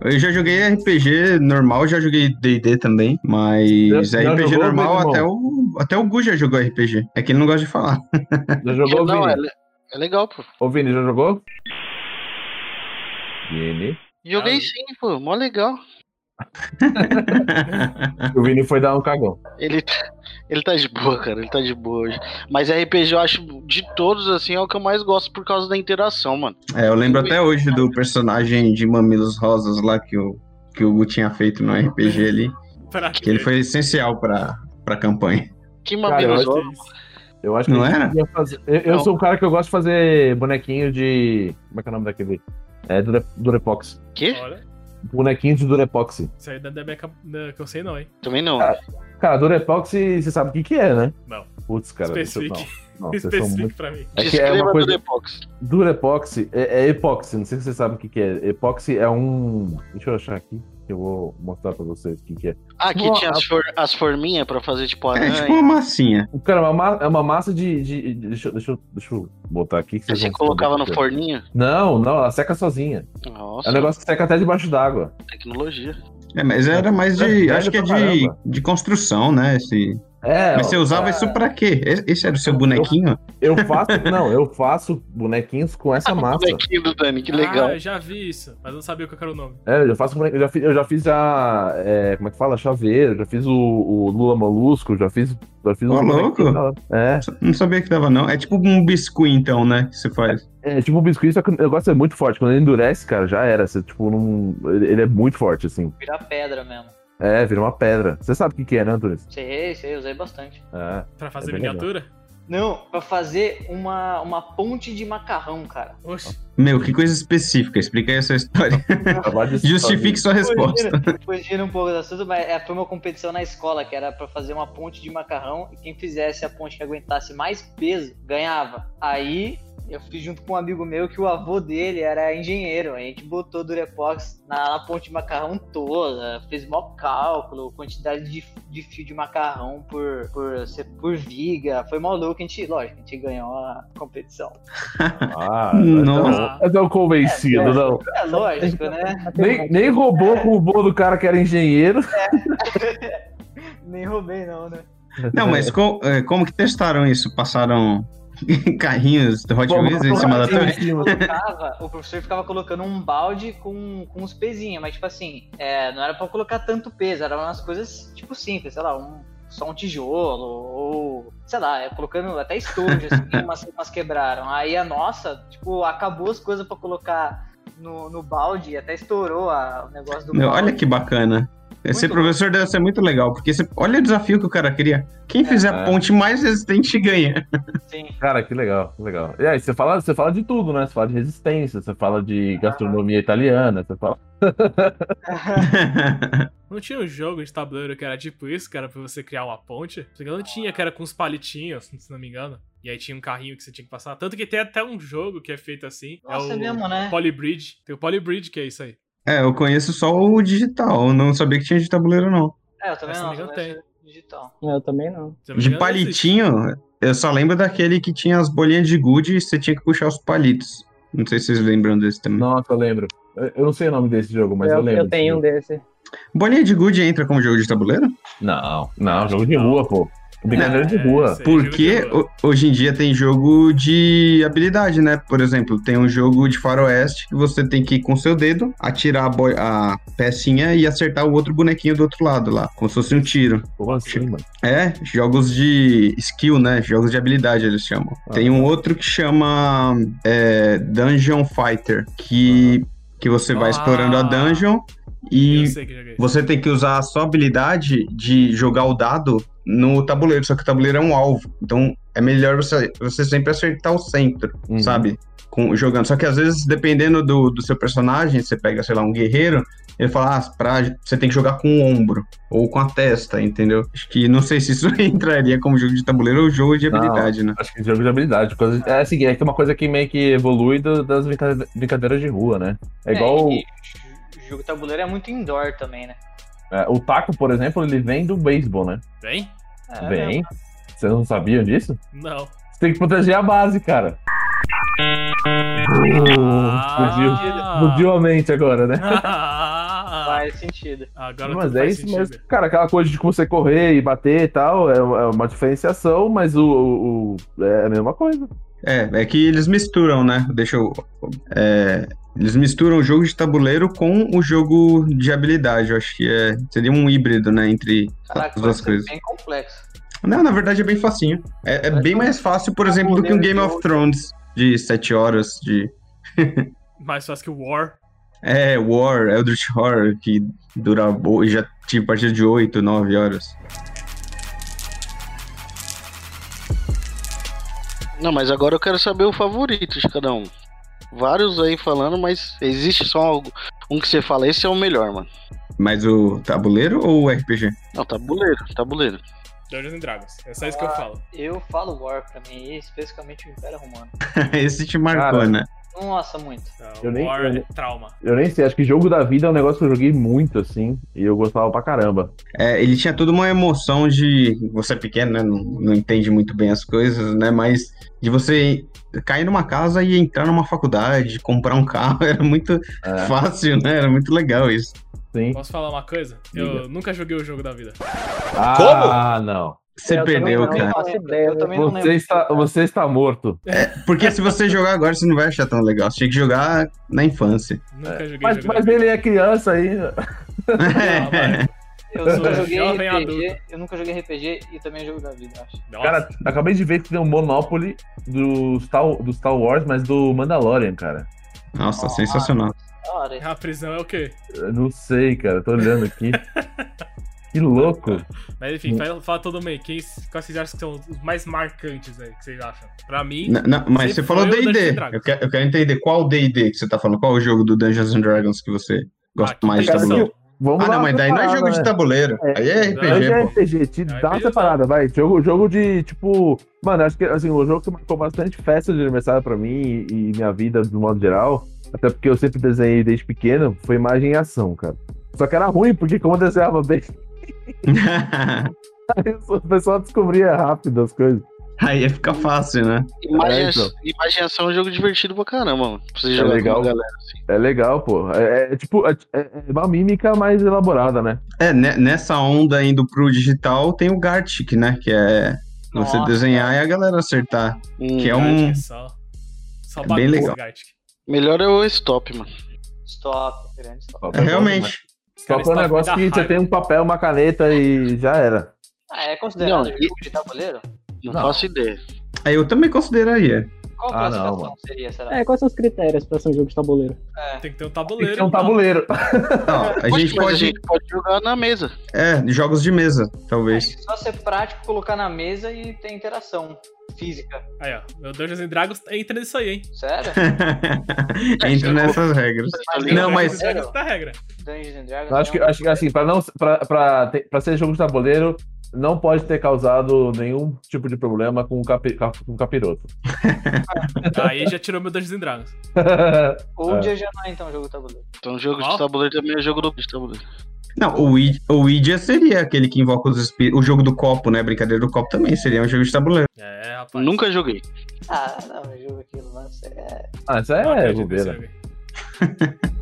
S3: Eu já joguei RPG normal, já joguei D&D também, mas é
S1: Já- já
S3: RPG
S1: jogou,
S3: normal
S1: muito bom.
S3: até o, até o Gu já jogou RPG. É que ele não gosta de falar.
S1: Já jogou, o
S2: Não, é,
S1: Vini?
S2: le- é legal, pô.
S1: Ô, Vini, já jogou? Vini.
S2: Joguei
S4: Ah,
S2: sim, pô. Mó legal.
S1: O Vini foi dar um cagão.
S2: Ele tá, ele tá de boa, cara. Ele tá de boa hoje. Mas RPG, eu acho, de todos, assim, é o que eu mais gosto por causa da interação, mano.
S3: É, eu lembro até hoje do personagem de Mamilos Rosas lá que o, que o Gu tinha feito no RPG ali,
S4: Pra
S3: que ele foi essencial pra, pra campanha.
S2: Que
S1: Cara, eu
S2: mamilos.
S1: acho- Eu acho que
S3: Não
S1: a gente
S3: era?
S1: podia fazer- Eu, eu
S2: Não.
S1: sou um cara que eu gosto de fazer bonequinho de. Como é que é o nome daquele? É Dure- Durepox.
S2: Quê?
S4: Olha,
S1: Bonequinho de Durepox.
S4: isso aí não é da minha cap- não, que eu sei não, hein?
S2: Também não.
S1: Cara, Cara, Durepox, você sabe o que, que é, né?
S4: Não.
S1: Putz, cara. deixa eu-
S4: Especifique.
S1: Não, não, vocês são
S4: Especifique
S1: muito.
S4: pra mim.
S1: É que é uma
S2: Descreva
S1: coisa.
S2: do Depox.
S1: Durepoxy é, é epóxi, não sei se vocês sabem o que, que é. Epóxi é um. Deixa eu achar aqui, que eu vou mostrar pra vocês o que, que é.
S2: Ah, aqui
S1: Boa.
S2: tinha as, for- as forminhas pra fazer tipo
S3: É
S2: aranha.
S3: tipo uma massinha.
S1: O Cara, é uma, ma- é uma massa de. de- de- deixa, eu- deixa, eu- deixa eu botar aqui. Que vocês
S2: você
S1: vão
S2: colocava no
S1: saber o que é.
S2: forninho.
S1: Não, não, ela seca sozinha.
S2: Nossa,
S1: É um negócio que seca até debaixo d'água.
S2: tecnologia.
S3: É, mas era mais
S1: É
S3: de.
S1: velho
S3: acho que é
S1: pra
S3: de,
S1: caramba.
S3: de construção, né? Esse...
S1: É,
S3: Mas
S1: ó,
S3: você usava isso pra quê? Esse- Esse era o seu bonequinho?
S1: eu faço. não, eu faço bonequinhos com
S2: Ah,
S1: essa massa.
S2: Bonequinho do Dani, que legal.
S4: Ah, eu já vi isso, mas eu não sabia o que era o nome.
S1: É, eu já faço bonequinho. Eu já fiz, eu já, fiz já é, como é que fala? Chaveiro, já fiz o, o Lula Molusco, já fiz. Já fiz um
S3: Ô,
S1: bonequinho
S3: louco!
S1: da hora. É.
S3: Não sabia que dava, não. É tipo um biscuit, então, né? Que você faz.
S1: É tipo um biscoito, só que o negócio é muito forte. Quando ele endurece, cara, já era. Você, tipo, não... ele ele é muito forte, assim.
S5: Virar pedra mesmo.
S1: É, vira uma pedra. Você sabe o que, que é, né, Antunes?
S5: Sei, sei, usei bastante.
S1: É.
S4: Pra
S1: É
S4: fazer
S1: bem
S4: miniatura?
S5: Não, pra fazer uma, uma ponte de macarrão, cara.
S4: Oxe,
S3: Meu, que coisa específica. Explica aí essa história.
S1: Acabar de-
S3: Justifique sua resposta.
S5: Depois gira um pouco do assunto, mas é, foi uma competição na escola que era pra fazer uma ponte de macarrão e quem fizesse a ponte que aguentasse mais peso ganhava. Aí eu fiz junto com um amigo meu que o avô dele era engenheiro. A gente botou Durepox na, na ponte de macarrão toda, fez mó cálculo, quantidade de, de fio de macarrão por, por, por viga. Foi mó louco, a gente, lógico, a gente ganhou a competição.
S1: Ah,
S3: Nossa.
S1: Eu tô convencido,
S5: É, é.
S1: não.
S5: É lógico, né?
S6: um
S1: Nem, nem roubou, roubou do cara que era engenheiro.
S5: Nem roubei não, né?
S3: Não, mas co- é, como que testaram isso? Passaram carrinhos do Hot Wheels em cima da
S1: Em
S3: torre?
S1: cima.
S5: colocava, assim, o professor ficava colocando um balde com, com uns pezinhos, mas tipo assim, é, não era pra colocar tanto peso, eram umas coisas tipo simples, sei lá, um, só um tijolo, ou sei lá, é, colocando até estojo, assim, umas, umas quebraram. Aí a nossa, tipo, acabou as coisas pra colocar no, no balde, até estourou a- o negócio do
S3: Meu,
S5: balde.
S3: olha que bacana. É, Ser
S4: Muito
S3: professor deve ser muito legal, porque você, olha o desafio que o cara cria. Quem fizer a
S1: É.
S3: ponte mais resistente ganha.
S5: Sim.
S1: Cara, que legal, que legal. E aí, você fala, você fala de tudo, né? Você fala de resistência, você fala de gastronomia italiana, você fala.
S4: É Não tinha um jogo de tabuleiro que era tipo isso, que era pra você criar uma ponte? Se não tinha, que era com uns palitinhos, se não me engano. E aí tinha um carrinho que você tinha que passar. Tanto que tem até um jogo que é feito assim.
S5: Nossa,
S4: é
S5: é
S4: o
S5: mesmo, né?
S4: Polybridge. Tem o Polybridge que é isso aí.
S3: É, eu conheço só o digital, eu não sabia que tinha de tabuleiro, não.
S5: É, eu também
S4: Essa
S5: não,
S4: liga eu
S5: também
S4: tenho.
S5: sou digital.
S6: Eu também não.
S4: Se Tá não me
S3: De
S4: engano, existe.
S3: palitinho, eu só lembro daquele que tinha as bolinhas de gude e você tinha que puxar os palitos. Não sei se vocês lembram desse também.
S1: Nossa, eu lembro. Eu, eu não sei o nome desse jogo, mas eu,
S6: eu,
S1: lembro.
S6: eu tenho um
S1: desse.
S6: desse.
S3: Bolinha de gude entra como jogo de tabuleiro?
S1: jogo. Não, não, jogo de rua, pô. Brincadeira de
S4: É,
S1: rua.
S4: isso aí, jogo de
S3: Porque
S4: rua.
S3: ho- hoje em dia tem jogo de habilidade, né? Por exemplo, tem um jogo de faroeste que você tem que ir com seu dedo atirar a, boi- a pecinha e acertar o outro bonequinho do outro lado lá, como se fosse um tiro.
S1: Como assim, mano?
S3: É, jogos de skill, né? Jogos de habilidade eles chamam.
S1: Ah.
S3: Tem um outro que chama é, Dungeon Fighter, que, que você vai
S4: Ah.
S3: explorando a dungeon
S4: Eu
S3: e
S4: sei que jogo é esse.
S3: você tem que usar a sua habilidade de jogar o dado no tabuleiro, só que o tabuleiro é um alvo. Então é melhor você, você sempre acertar o centro
S1: Uhum.
S3: sabe? Com, jogando. Só que às vezes, dependendo do, do seu personagem, você pega, sei lá, um guerreiro, ele fala, ah, pra, você tem que jogar com o ombro ou com a testa, entendeu? Acho que não sei se isso entraria como jogo de tabuleiro ou jogo de
S1: Não.
S3: habilidade, né?
S1: Acho que jogo de habilidade. coisa- É assim, é que é uma coisa que meio que evolui do- das brinca- brincadeiras de rua, né? É igual
S5: e- e jogo de tabuleiro é muito indoor também, né?
S1: é, o taco, por exemplo, ele vem do beisebol, né?
S4: Vem?
S5: É,
S1: vem. Vocês não sabiam disso?
S4: Não.
S1: Você tem que proteger a base, cara.
S4: Ah.
S1: Explodiu, explodiu a mente agora, né?
S5: Faz sentido.
S4: Agora
S1: mas
S4: tudo
S1: é
S4: faz
S1: isso
S4: sentido.
S1: mesmo. Cara, aquela coisa de você correr e bater e tal, é, é uma diferenciação, mas o, o- o- é a mesma coisa.
S3: É, é que eles misturam, né? Deixa eu. é, eles misturam o jogo de tabuleiro com o jogo de habilidade. Eu acho que é, seria um híbrido, né? Entre
S5: Caraca,
S3: as duas
S5: parece
S3: coisas.
S5: bem complexo.
S3: Não, na verdade é bem facinho. É, é bem mais fácil,
S5: tá
S3: por exemplo, do que um
S5: né?
S3: Game of Thrones de 7 horas de
S4: Mais fácil que o War.
S3: É, War, Eldritch Horror, que dura bo- já tive partida de 8, 9 horas.
S2: Não, mas agora eu quero saber o favorito de cada um. Vários aí falando, mas existe só algo- um que você fala, esse é o melhor, mano.
S3: Mas o tabuleiro ou o RPG?
S2: Não, tabuleiro, tabuleiro.
S4: Dungeons and Dragons. É só isso que eu
S5: Ah.
S4: falo.
S5: Eu falo War pra mim, e especificamente o Império Romano.
S3: Esse te marcou,
S1: Cara.
S3: né?
S5: Nossa, muito.
S4: Então,
S1: Eu nem-
S4: War
S1: eu
S4: é
S1: nem-
S4: trauma.
S1: Eu nem sei, acho que jogo da vida é um negócio que eu joguei muito, assim, e eu gostava pra caramba.
S3: É, ele tinha toda uma emoção de. Você é pequeno, né? Não, não entende muito bem as coisas, né? Mas de você cair numa casa e entrar numa faculdade, comprar um carro, era muito
S1: É,
S3: fácil, né? Era muito legal isso.
S1: sim.
S4: Posso falar uma coisa? Eu nunca joguei o jogo da vida.
S1: Ah, não.
S3: Você
S6: É, Eu também
S3: perdeu,
S6: não,
S3: cara.
S6: faço ideia,
S5: Eu também não lembro.
S1: É. Você está, você está morto.
S3: Porque se você jogar agora, você não vai achar tão legal. Você tinha que jogar na infância.
S4: Nunca joguei o
S1: Mas,
S4: jogo
S1: mas
S4: da vida.
S1: ele é criança aí.
S3: É.
S1: Ah,
S4: Não, vai.
S5: Eu
S4: Sou
S5: nunca joguei
S4: jovem
S5: RPG, eu nunca joguei RPG e também é jogo da vida, eu acho.
S4: Nossa.
S1: Cara, acabei de ver que tem um Monopoly do Star, do Star Wars, mas do Mandalorian, cara.
S6: Ah,
S3: Nossa, sensacional.
S5: Da hora.
S4: a prisão é o quê?
S1: Eu não sei, cara, tô olhando aqui. que louco.
S4: Mas enfim, fala, fala todo mundo aí. Quem, quais vocês acham que são os mais marcantes aí? Que vocês acham? Pra mim,
S3: Não, não, mas
S4: Sempre
S3: você falou
S4: foi o Dungeons and
S3: D&D.
S4: Dragons.
S3: Eu quero, eu quero entender qual D&D que você tá falando. Qual o jogo do Dungeons and Dragons que você gosta
S4: aqui
S3: mais de
S4: tem
S1: cara,
S3: tabuleiro?
S4: opção.
S1: Vamos
S3: Ah,
S1: lá,
S3: não, mas daí não é
S1: separada,
S3: jogo de
S1: né?
S3: tabuleiro.
S1: É.
S3: Aí é
S1: Hoje é
S3: RPG, pô.
S1: RPG, te
S4: É
S1: dá uma
S4: RPG,
S1: separada, vai. Jogo, jogo de, tipo. Mano, acho que assim, o jogo que marcou bastante festa de aniversário pra mim e, e minha vida, do modo geral, até porque eu sempre desenhei desde pequeno, foi imagem e ação, cara. Só que era ruim, porque como eu desenhava bem, o pessoal descobria rápido as coisas.
S3: aí ia ficar fácil, né?
S2: Imagem,
S1: É, então.
S2: Imaginação é um jogo divertido pra caramba, mano. Pra você
S1: É
S2: jogar com
S1: legal.
S2: a galera. Assim.
S1: É legal, pô. É, é tipo, é, é uma mímica mais elaborada, né?
S3: É, ne- nessa onda indo pro digital tem o Gartic, né? Que é você
S5: Nossa.
S3: desenhar e a galera acertar.
S2: Hum,
S3: Que é
S4: Gartic
S3: um... é
S4: é só, só
S3: bem
S4: bagunça,
S3: legal.
S4: Gartic.
S2: Melhor é o stop, mano.
S5: Stop, grande stop.
S3: é Realmente.
S1: Só que é um
S4: Cara,
S1: negócio
S4: stop
S1: que
S4: me dá
S1: você
S4: raiva.
S1: tem um papel, uma caneta e já era.
S5: Ah, é
S2: Não,
S5: considerado jogo de tabuleiro?
S2: Não,
S1: Não.
S2: faço ideia.
S3: Aí eu também consideraria.
S5: Qual
S1: Ah, não,
S5: classificação
S1: mano.
S5: seria, será?
S6: É, quais são os critérios pra ser um jogo de tabuleiro?
S5: É.
S4: Tem que ter
S1: Tem
S4: um
S1: que
S4: tabuleiro.
S1: ter um
S4: então.
S1: tabuleiro.
S3: Não, a
S2: Poxa, mas
S3: gente pode.
S2: a gente pode jogar na mesa.
S3: É, jogos de mesa, talvez.
S5: É só ser prático, colocar na mesa e ter interação física.
S4: Aí, ó. Meu Dungeons and Dragons entra nisso aí, hein?
S5: Sério?
S4: É,
S3: Entra nessas regras. Não, mas-
S4: Dungeons and Dragons tá a regra.
S5: Dungeons and Dragons. é
S1: Eu
S5: um
S1: acho que,
S5: não.
S1: acho que assim, pra, não, pra, pra, ter- pra ser jogo de tabuleiro, não pode ter causado nenhum tipo de problema com o capi, ca- com o capiroto.
S4: Aí já tirou meu Dungeons and Dragons.
S5: Ou
S1: É.
S5: de Ajaná, então, jogo tabuleiro.
S2: Então, jogo
S4: Ó.
S2: de tabuleiro também é jogo do de tabuleiro.
S3: Não, o Ouija, o Ouija seria aquele que invoca os espíritos. O jogo do copo, né? Brincadeira do copo também. Seria um jogo de tabuleiro.
S4: É, rapaz.
S2: Nunca joguei.
S5: Ah, não, jogo aquilo, nossa. É...
S1: ah, isso
S4: Não
S1: é
S4: acredito nesse
S1: bobeira.
S4: jogo aí.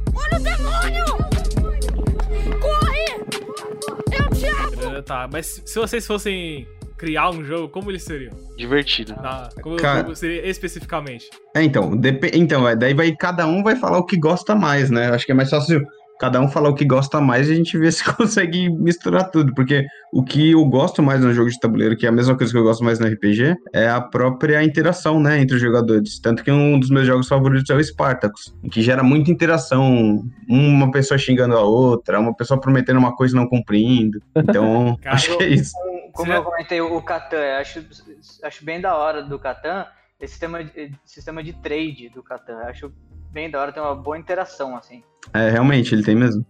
S4: Ah, Tá, mas se se vocês fossem criar um jogo, como ele seria?
S2: Divertido.
S4: Na- como
S3: Cara-
S4: o jogo seria especificamente?
S3: É, então, depe- então é, daí vai, cada um vai falar o que gosta mais, né? Acho que é mais fácil cada um falar o que gosta mais e a gente vê se consegue misturar tudo. Porque o que eu gosto mais no jogo de tabuleiro, que é a mesma coisa que eu gosto mais no RPG, é a própria interação, né? Entre os jogadores. Tanto que um dos meus jogos favoritos é o Spartacus, que gera muita interação. Uma pessoa xingando a outra, uma pessoa prometendo uma coisa e não cumprindo. Então,
S4: Cara,
S3: acho que é isso.
S5: Como- Como
S4: Será-
S5: eu comentei, o Catan, eu acho, acho bem da hora do Catan esse sistema de, sistema de trade do Catan. Eu acho bem da hora, tem uma boa interação, assim.
S3: É, realmente, ele tem mesmo.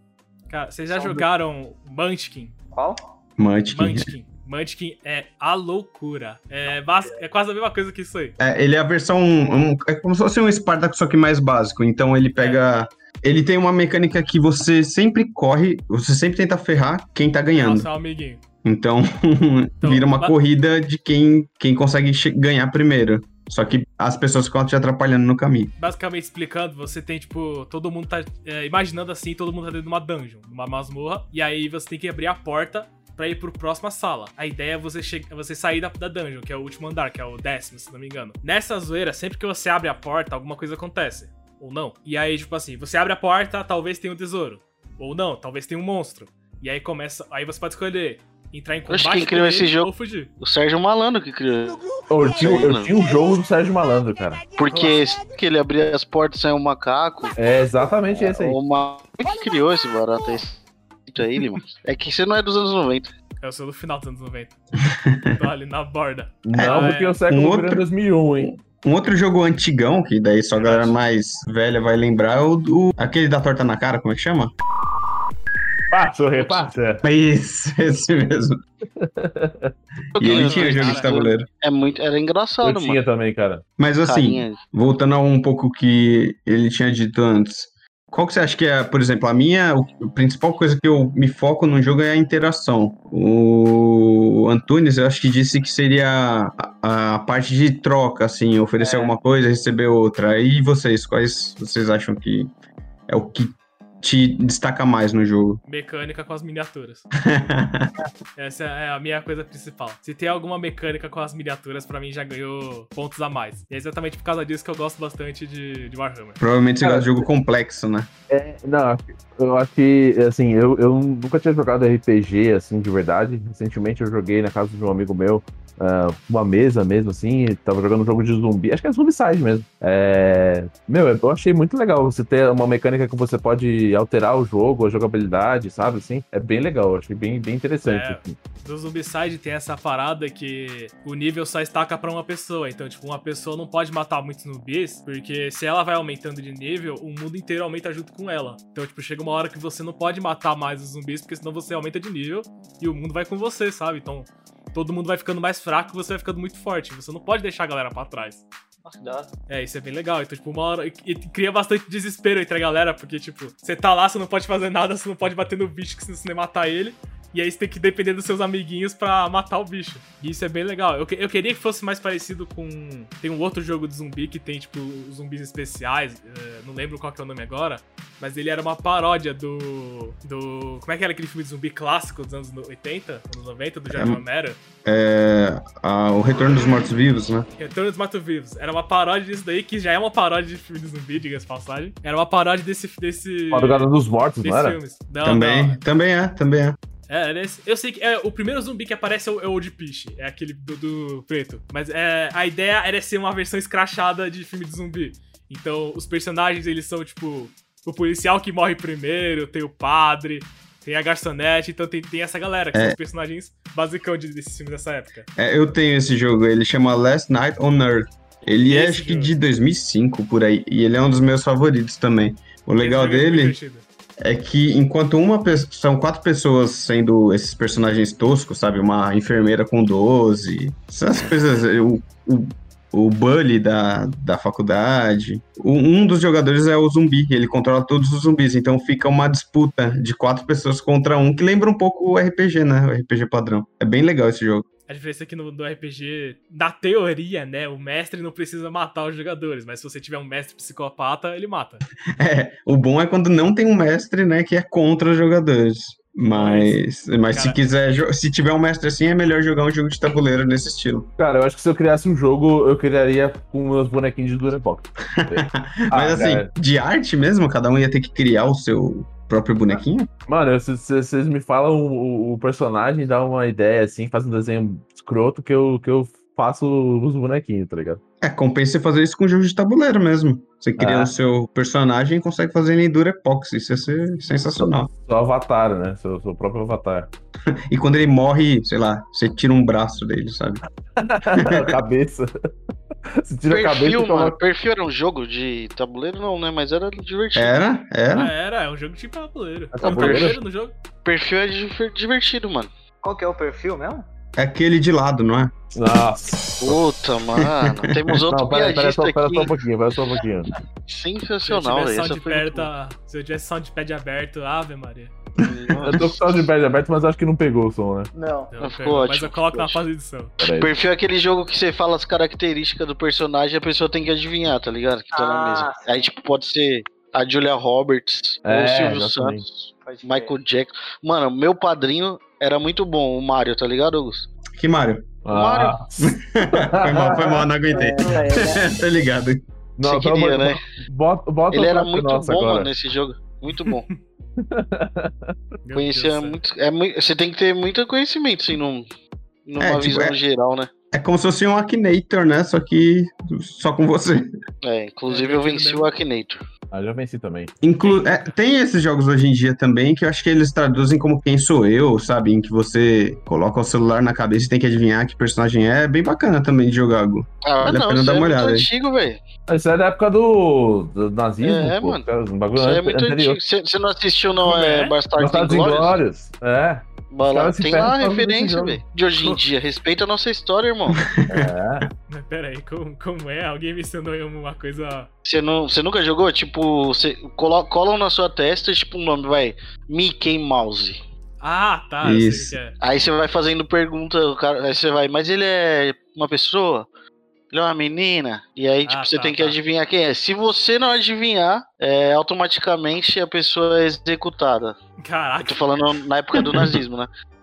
S4: Cara, vocês já
S5: Só um-
S4: jogaram Munchkin?
S5: Qual?
S3: Munchkin.
S4: Munchkin. Munchkin é a loucura. É, bas- é quase a mesma coisa que isso aí.
S3: É, ele é a versão. um- é como se fosse um Spartacus, só que mais básico. Então ele pega. Ele tem uma mecânica que você sempre corre, você sempre tenta ferrar quem tá ganhando.
S4: Nossa, é um amiguinho.
S3: Então, vira uma
S4: ba-
S3: corrida de quem, quem consegue che- ganhar primeiro. Só que as pessoas ficam te atrapalhando no caminho.
S4: basicamente explicando, você tem, tipo, todo mundo tá é, imaginando assim, todo mundo tá dentro de uma dungeon, numa masmorra, e aí você tem que abrir a porta pra ir pro próxima sala. A ideia é você, che- você sair da, da dungeon, que é o último andar, que é o décimo, se não me engano. Nessa zoeira, sempre que você abre a porta, alguma coisa acontece. Ou não. E aí, tipo assim, você abre a porta, talvez tenha um tesouro. Ou não, talvez tenha um monstro. E aí começa. Aí você pode escolher entrar em
S2: Oxe,
S4: combate
S2: quem criou
S4: com
S2: esse
S4: ele
S2: jogo?
S4: ou fugir.
S2: O Sérgio Malandro que criou.
S1: Ô, Eu tinha, eu tinha um jogo do Sérgio Malandro, cara.
S2: Porque que ele abria as portas saiu um macaco.
S1: É exatamente esse aí.
S2: O macaco que criou esse barato aí. Isso aí, mano. É que você não é dos anos 90.
S4: Eu sou do final dos anos 90. Tô ali na borda.
S1: Não,
S4: É,
S1: porque
S4: é.
S1: o século
S3: Um
S1: virou em
S3: outro-
S1: 2001, hein?
S3: Um outro jogo antigão, que daí só a galera mais velha vai lembrar, é o do. Aquele da torta na cara, como é que chama?
S1: Passa, repassa.
S3: É isso, esse mesmo. E ele tinha jogo de tabuleiro.
S2: É muito, era
S1: Eu
S2: engraçado, mano.
S1: tinha também, cara.
S3: Mas assim,
S2: Carinha.
S3: voltando a um pouco que ele tinha dito antes, qual que você acha que é, por exemplo, a minha, o- a principal coisa que eu me foco no jogo é a interação. O Antunes, eu acho que disse que seria a, a parte de troca, assim, oferecer
S5: É.
S3: alguma coisa, receber outra. E vocês, quais vocês acham que é o que te destaca mais no jogo?
S4: mecânica com as miniaturas. Essa é a minha coisa principal. Se tem alguma mecânica com as miniaturas, pra mim já ganhou pontos a mais. E é exatamente por causa disso que eu gosto bastante de, de Warhammer.
S3: Provavelmente você
S1: Cara,
S3: gosta de jogo complexo, né?
S1: É, não, eu acho que, assim, eu, eu nunca tinha jogado RPG, assim, de verdade. Recentemente eu joguei na casa de um amigo meu, ah, uma mesa mesmo, assim, e tava jogando um jogo de zumbi, acho que é Zombicide mesmo. É, meu, eu achei muito legal você ter uma mecânica que você pode alterar o jogo, a jogabilidade, sabe, assim. É bem legal, eu achei bem, bem interessante.
S4: É.
S1: assim.
S4: No Zombicide tem essa parada que o nível só estaca pra uma pessoa. Então, tipo, uma pessoa não pode matar muitos zumbis, porque se ela vai aumentando de nível, o mundo inteiro aumenta junto com ela. Então, tipo, chega uma hora que você não pode matar mais os zumbis, porque senão você aumenta de nível e o mundo vai com você, sabe? Então, todo mundo vai ficando mais fraco e você vai ficando muito forte. Você não pode deixar a galera pra trás.
S5: Nossa, que da hora.
S4: É, isso é bem legal. Então, tipo, uma hora. E e cria bastante desespero entre a galera, porque, tipo, você tá lá, você não pode fazer nada, você não pode bater no bicho, que senão você nem matar ele. E aí você tem que depender dos seus amiguinhos pra matar o bicho. E isso é bem legal. Eu, que- eu queria que fosse mais parecido com. Tem um outro jogo de zumbi que tem, tipo, zumbis especiais. eh, não lembro qual que é o nome agora. Mas ele era uma paródia do. do. Como é que era aquele filme de zumbi clássico dos anos 80, anos 90, do Jorge
S3: É,
S4: Romero?
S3: É, a- o Retorno dos Mortos-Vivos, né?
S4: Retorno dos Mato-Vivos. Era uma paródia disso daí, que já é uma paródia de filme de zumbi, diga-se de passagem. Era uma paródia desse. desse
S1: Madrugada dos Mortos, não
S4: desses
S1: era?
S4: filmes. Não,
S3: também,
S4: não.
S3: também é, também é.
S4: É, era esse- eu sei que é, o primeiro zumbi que aparece é o, é o de piche, é aquele do, do preto. Mas é, a ideia era ser uma versão escrachada de filme de zumbi. Então, os personagens, eles são, tipo, o policial que morre primeiro, tem o padre, tem a garçonete, então tem, tem essa galera, que são os personagens basicão de, desses filmes dessa época.
S3: É, eu tenho esse jogo, ele chama Last Night on Earth. Ele é,
S4: Esse
S3: acho que,
S4: jogo.
S3: de 2005, por aí. E ele é um dos meus favoritos também. O legal
S4: Esse filme é muito
S3: dele
S4: divertido.
S3: é que enquanto uma pessoa. São quatro pessoas sendo esses personagens toscos, sabe? Uma enfermeira com 12. Essas coisas. O, o, o bully da, da faculdade. O- um dos jogadores é o zumbi. Ele controla todos os zumbis. Então fica uma disputa de quatro pessoas contra um, que lembra um pouco o RPG, né? O RPG padrão. É bem legal esse jogo.
S4: A diferença é que no, no RPG, na teoria, né, o mestre não precisa matar os jogadores, mas se você tiver um mestre psicopata, ele mata.
S3: É, o bom é quando não tem um mestre, né, que é contra os jogadores. Mas, mas se
S4: cara-
S3: quiser, jo- se tiver um mestre assim, é melhor jogar um jogo de tabuleiro nesse estilo.
S1: Cara, eu acho que se eu criasse um jogo, eu criaria com meus bonequinhos de Durabox.
S3: mas assim, de arte mesmo, cada um ia ter que criar o seu próprio bonequinho.
S1: Mano, se se- se vocês me falam o, o- o personagem, dá uma ideia assim, faz um desenho escroto que eu, que eu faço os bonequinhos, tá ligado?
S3: É, compensa você fazer isso com jogo de tabuleiro mesmo. Você cria
S1: Ah.
S3: o seu personagem e consegue fazer ele em Dura Epoxy. Isso ia ser sensacional.
S1: Sou avatar, né? Sou, sou o próprio avatar.
S3: E quando ele morre, sei lá, você tira um braço dele, sabe?
S1: cabeça. Você tira a cabeça
S2: Perfil,
S1: e coloca.
S2: mano. Perfil era um jogo de tabuleiro, não, né? Mas era divertido.
S3: Era,
S4: Ah,
S3: era.
S4: era, é um jogo tipo tabuleiro.
S1: É
S4: Tem um
S1: tabuleiro?
S4: tabuleiro no jogo?
S2: Perfil é diver- divertido, mano.
S5: Qual que é o perfil mesmo?
S3: É aquele de lado, não é?
S1: Nossa.
S2: Puta, mano. Temos outro
S1: Não, pera, pera,
S2: piadista
S1: só, pera
S2: aqui.
S1: só um pouquinho, pera só um pouquinho.
S4: Se eu
S2: Sensacional,
S4: tivesse
S2: velho. Essa foi
S4: soundpad,
S2: muito
S4: tá- se eu tivesse soundpad aberto, ave Maria.
S2: boa.
S1: Eu tô com o soundpad aberto, mas acho que não pegou o som, né?
S5: Não.
S2: Ficou
S4: Não, perdão, mas
S2: ótimo,
S4: eu coloco na
S2: ficou
S4: fase de edição.
S1: Pera aí.
S2: Perfil é aquele jogo que você fala as características do personagem e a pessoa tem que adivinhar, tá ligado? Que tá na
S5: Ah,
S2: mesa. Aí, tipo, pode ser a Julia Roberts, ou
S1: É,
S2: o Silvio
S1: exatamente.
S2: Santos,
S5: Pode crer.
S2: Michael Jackson. Mano, meu padrinho era muito bom, o Mario, tá ligado, Augusto?
S3: Que Mario.
S1: Ah,
S3: foi mal, foi mal, não aguentei.
S5: É, é, é.
S3: tá ligado.
S1: não,
S2: você
S1: então
S2: queria,
S1: bota-
S2: né?
S1: Bota, bota
S2: Ele
S1: o
S2: era
S1: próximo
S2: muito
S1: nosso
S2: bom,
S1: agora.
S2: mano, nesse jogo. Muito bom.
S4: Meu Deus
S2: Conhecia
S4: do céu.
S2: muito, é muito. Você tem que ter muito conhecimento, assim, num, numa
S3: É, tipo,
S2: visão
S3: é-
S2: geral, né?
S3: É como se fosse um Akinator, né? Só que só com você.
S2: É, inclusive
S4: É,
S2: eu
S4: eu
S2: venci
S4: lembro.
S2: o Akinator.
S1: Ah, já venci também.
S3: Inclu é, tem esses jogos hoje em dia também que eu acho que eles traduzem como quem sou eu, sabe? Em que você coloca o celular na cabeça e tem que adivinhar que personagem é. É Bem bacana também de jogar. Gu.
S2: Ah,
S3: Vale a
S2: não,
S3: pena
S2: isso
S3: dar
S2: é
S3: uma
S2: muito
S3: olhada aí.
S2: antigo, velho.
S1: Isso é da época do, do nazismo,
S2: É,
S1: pô,
S2: mano.
S1: cara, um bagulho
S2: Isso aí é
S1: anterior.
S2: muito antigo. Você você não assistiu, não,
S4: Como
S2: é,
S4: é?
S2: Bastardos
S1: Bastardos
S2: Inglórios?
S1: Inglórios. É,
S2: Vai lá,
S1: caras se
S2: Tem
S1: ferram
S2: lá a
S1: por causa desse
S2: referência,
S1: jogo.
S2: velho. De hoje em dia. Respeita a nossa história, irmão.
S1: é.
S4: Mas Pera aí, como, como é? Alguém me ensinou aí uma coisa...
S2: Você não, você nunca jogou? Tipo, você colo, colam na sua testa, tipo, um nome, vai. Mickey Mouse.
S4: Ah, tá, eu
S3: Isso.
S4: sei o que que é.
S2: Aí você vai fazendo pergunta, o cara, aí você vai, mas ele é uma pessoa? Ele é uma menina? E aí,
S4: Ah,
S2: tipo, você
S4: tá,
S2: tem que
S4: tá.
S2: adivinhar quem é. Se você não adivinhar, é, automaticamente a pessoa é executada. Eu
S4: Caraca,
S2: tô falando na época do nazismo, né?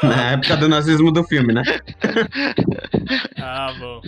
S3: Na época do nazismo do filme, né?
S4: ah, bom.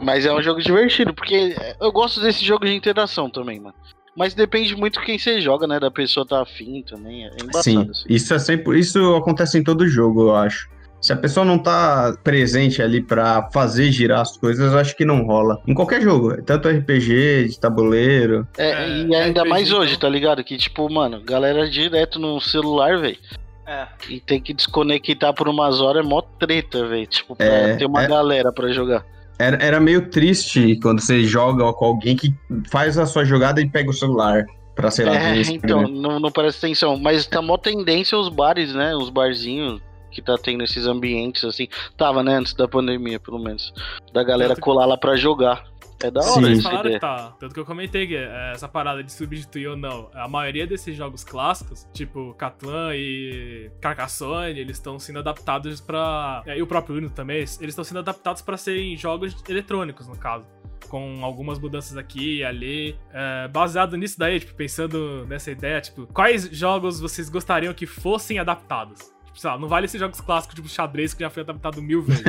S2: Mas é um jogo divertido, porque eu gosto desse jogo de interação também, mano. Mas depende muito quem você joga, né? Da pessoa tá afim também. É embaçado.
S3: Sim.
S2: assim.
S3: Isso é sempre. Isso acontece em todo jogo, eu acho. Se a pessoa não tá presente ali pra fazer girar as coisas, eu acho que não rola. Em qualquer jogo, tanto RPG, de tabuleiro.
S2: É,
S4: É,
S2: e ainda
S4: RPG,
S2: mais hoje,
S4: então.
S2: tá ligado? Que tipo, mano, galera direto no celular, velho.
S5: É.
S2: E tem que desconectar por umas horas é mó treta, velho. Tipo, pra
S3: É,
S2: ter uma
S3: é.
S2: galera pra jogar.
S3: Era, era meio triste quando você joga com alguém que faz a sua jogada e pega o celular pra, sei lá,
S2: é,
S3: ver esse
S2: então, não, não parece tensão. Mas tá mó tendência os bares, né? Os barzinhos que tá tendo esses ambientes, assim. Tava, né? Antes da pandemia, pelo menos. Da galera
S4: Tanto que- colar
S2: colar lá pra jogar. É da
S3: Sim.
S2: hora
S4: Vocês
S2: essa
S4: falaram
S2: ideia.
S4: que tá. Tanto que eu comentei que é, essa parada de substituir ou não. A maioria desses jogos clássicos, tipo Catlan e Carcassonne, eles estão sendo adaptados pra. é, E o próprio Uno também, eles estão sendo adaptados pra serem jogos eletrônicos, no caso. Com algumas mudanças aqui e ali. É, baseado nisso daí, tipo, pensando nessa ideia, tipo, quais jogos vocês gostariam que fossem adaptados? Tipo, Tipo, sei lá, não vale esses jogos clássicos, tipo xadrez, que já foi adaptado mil vezes.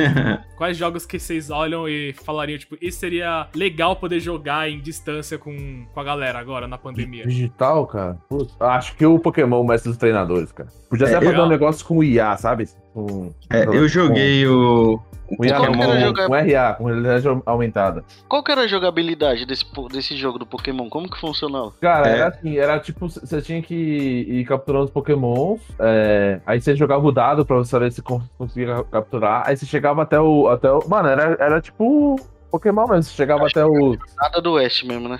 S4: Quais jogos que vocês olham e falariam, tipo, esse seria legal poder jogar em distância com, com a galera agora na pandemia?
S1: Digital, cara. Putz, acho que o Pokémon é o mestre dos treinadores, cara. Podia até
S3: É,
S1: fazer
S4: eu-
S1: um negócio com o IA, sabe? Com,
S3: É, eu joguei o. o
S1: com IA, não,
S2: Qual que era o
S1: com,
S2: jogo?
S1: com RA, com realidade aumentada.
S2: Qual que era a jogabilidade desse, po- desse jogo do Pokémon? Como que funcionava?
S1: Cara,
S3: É.
S1: era assim, era tipo, c- você tinha que ir capturando os pokémons, é, aí você jogava o dado pra você saber se con- conseguia ca- capturar, aí você chegava até o... Até o mano, era, era tipo Pokémon mesmo, você chegava até o...
S2: Nada do West mesmo, né?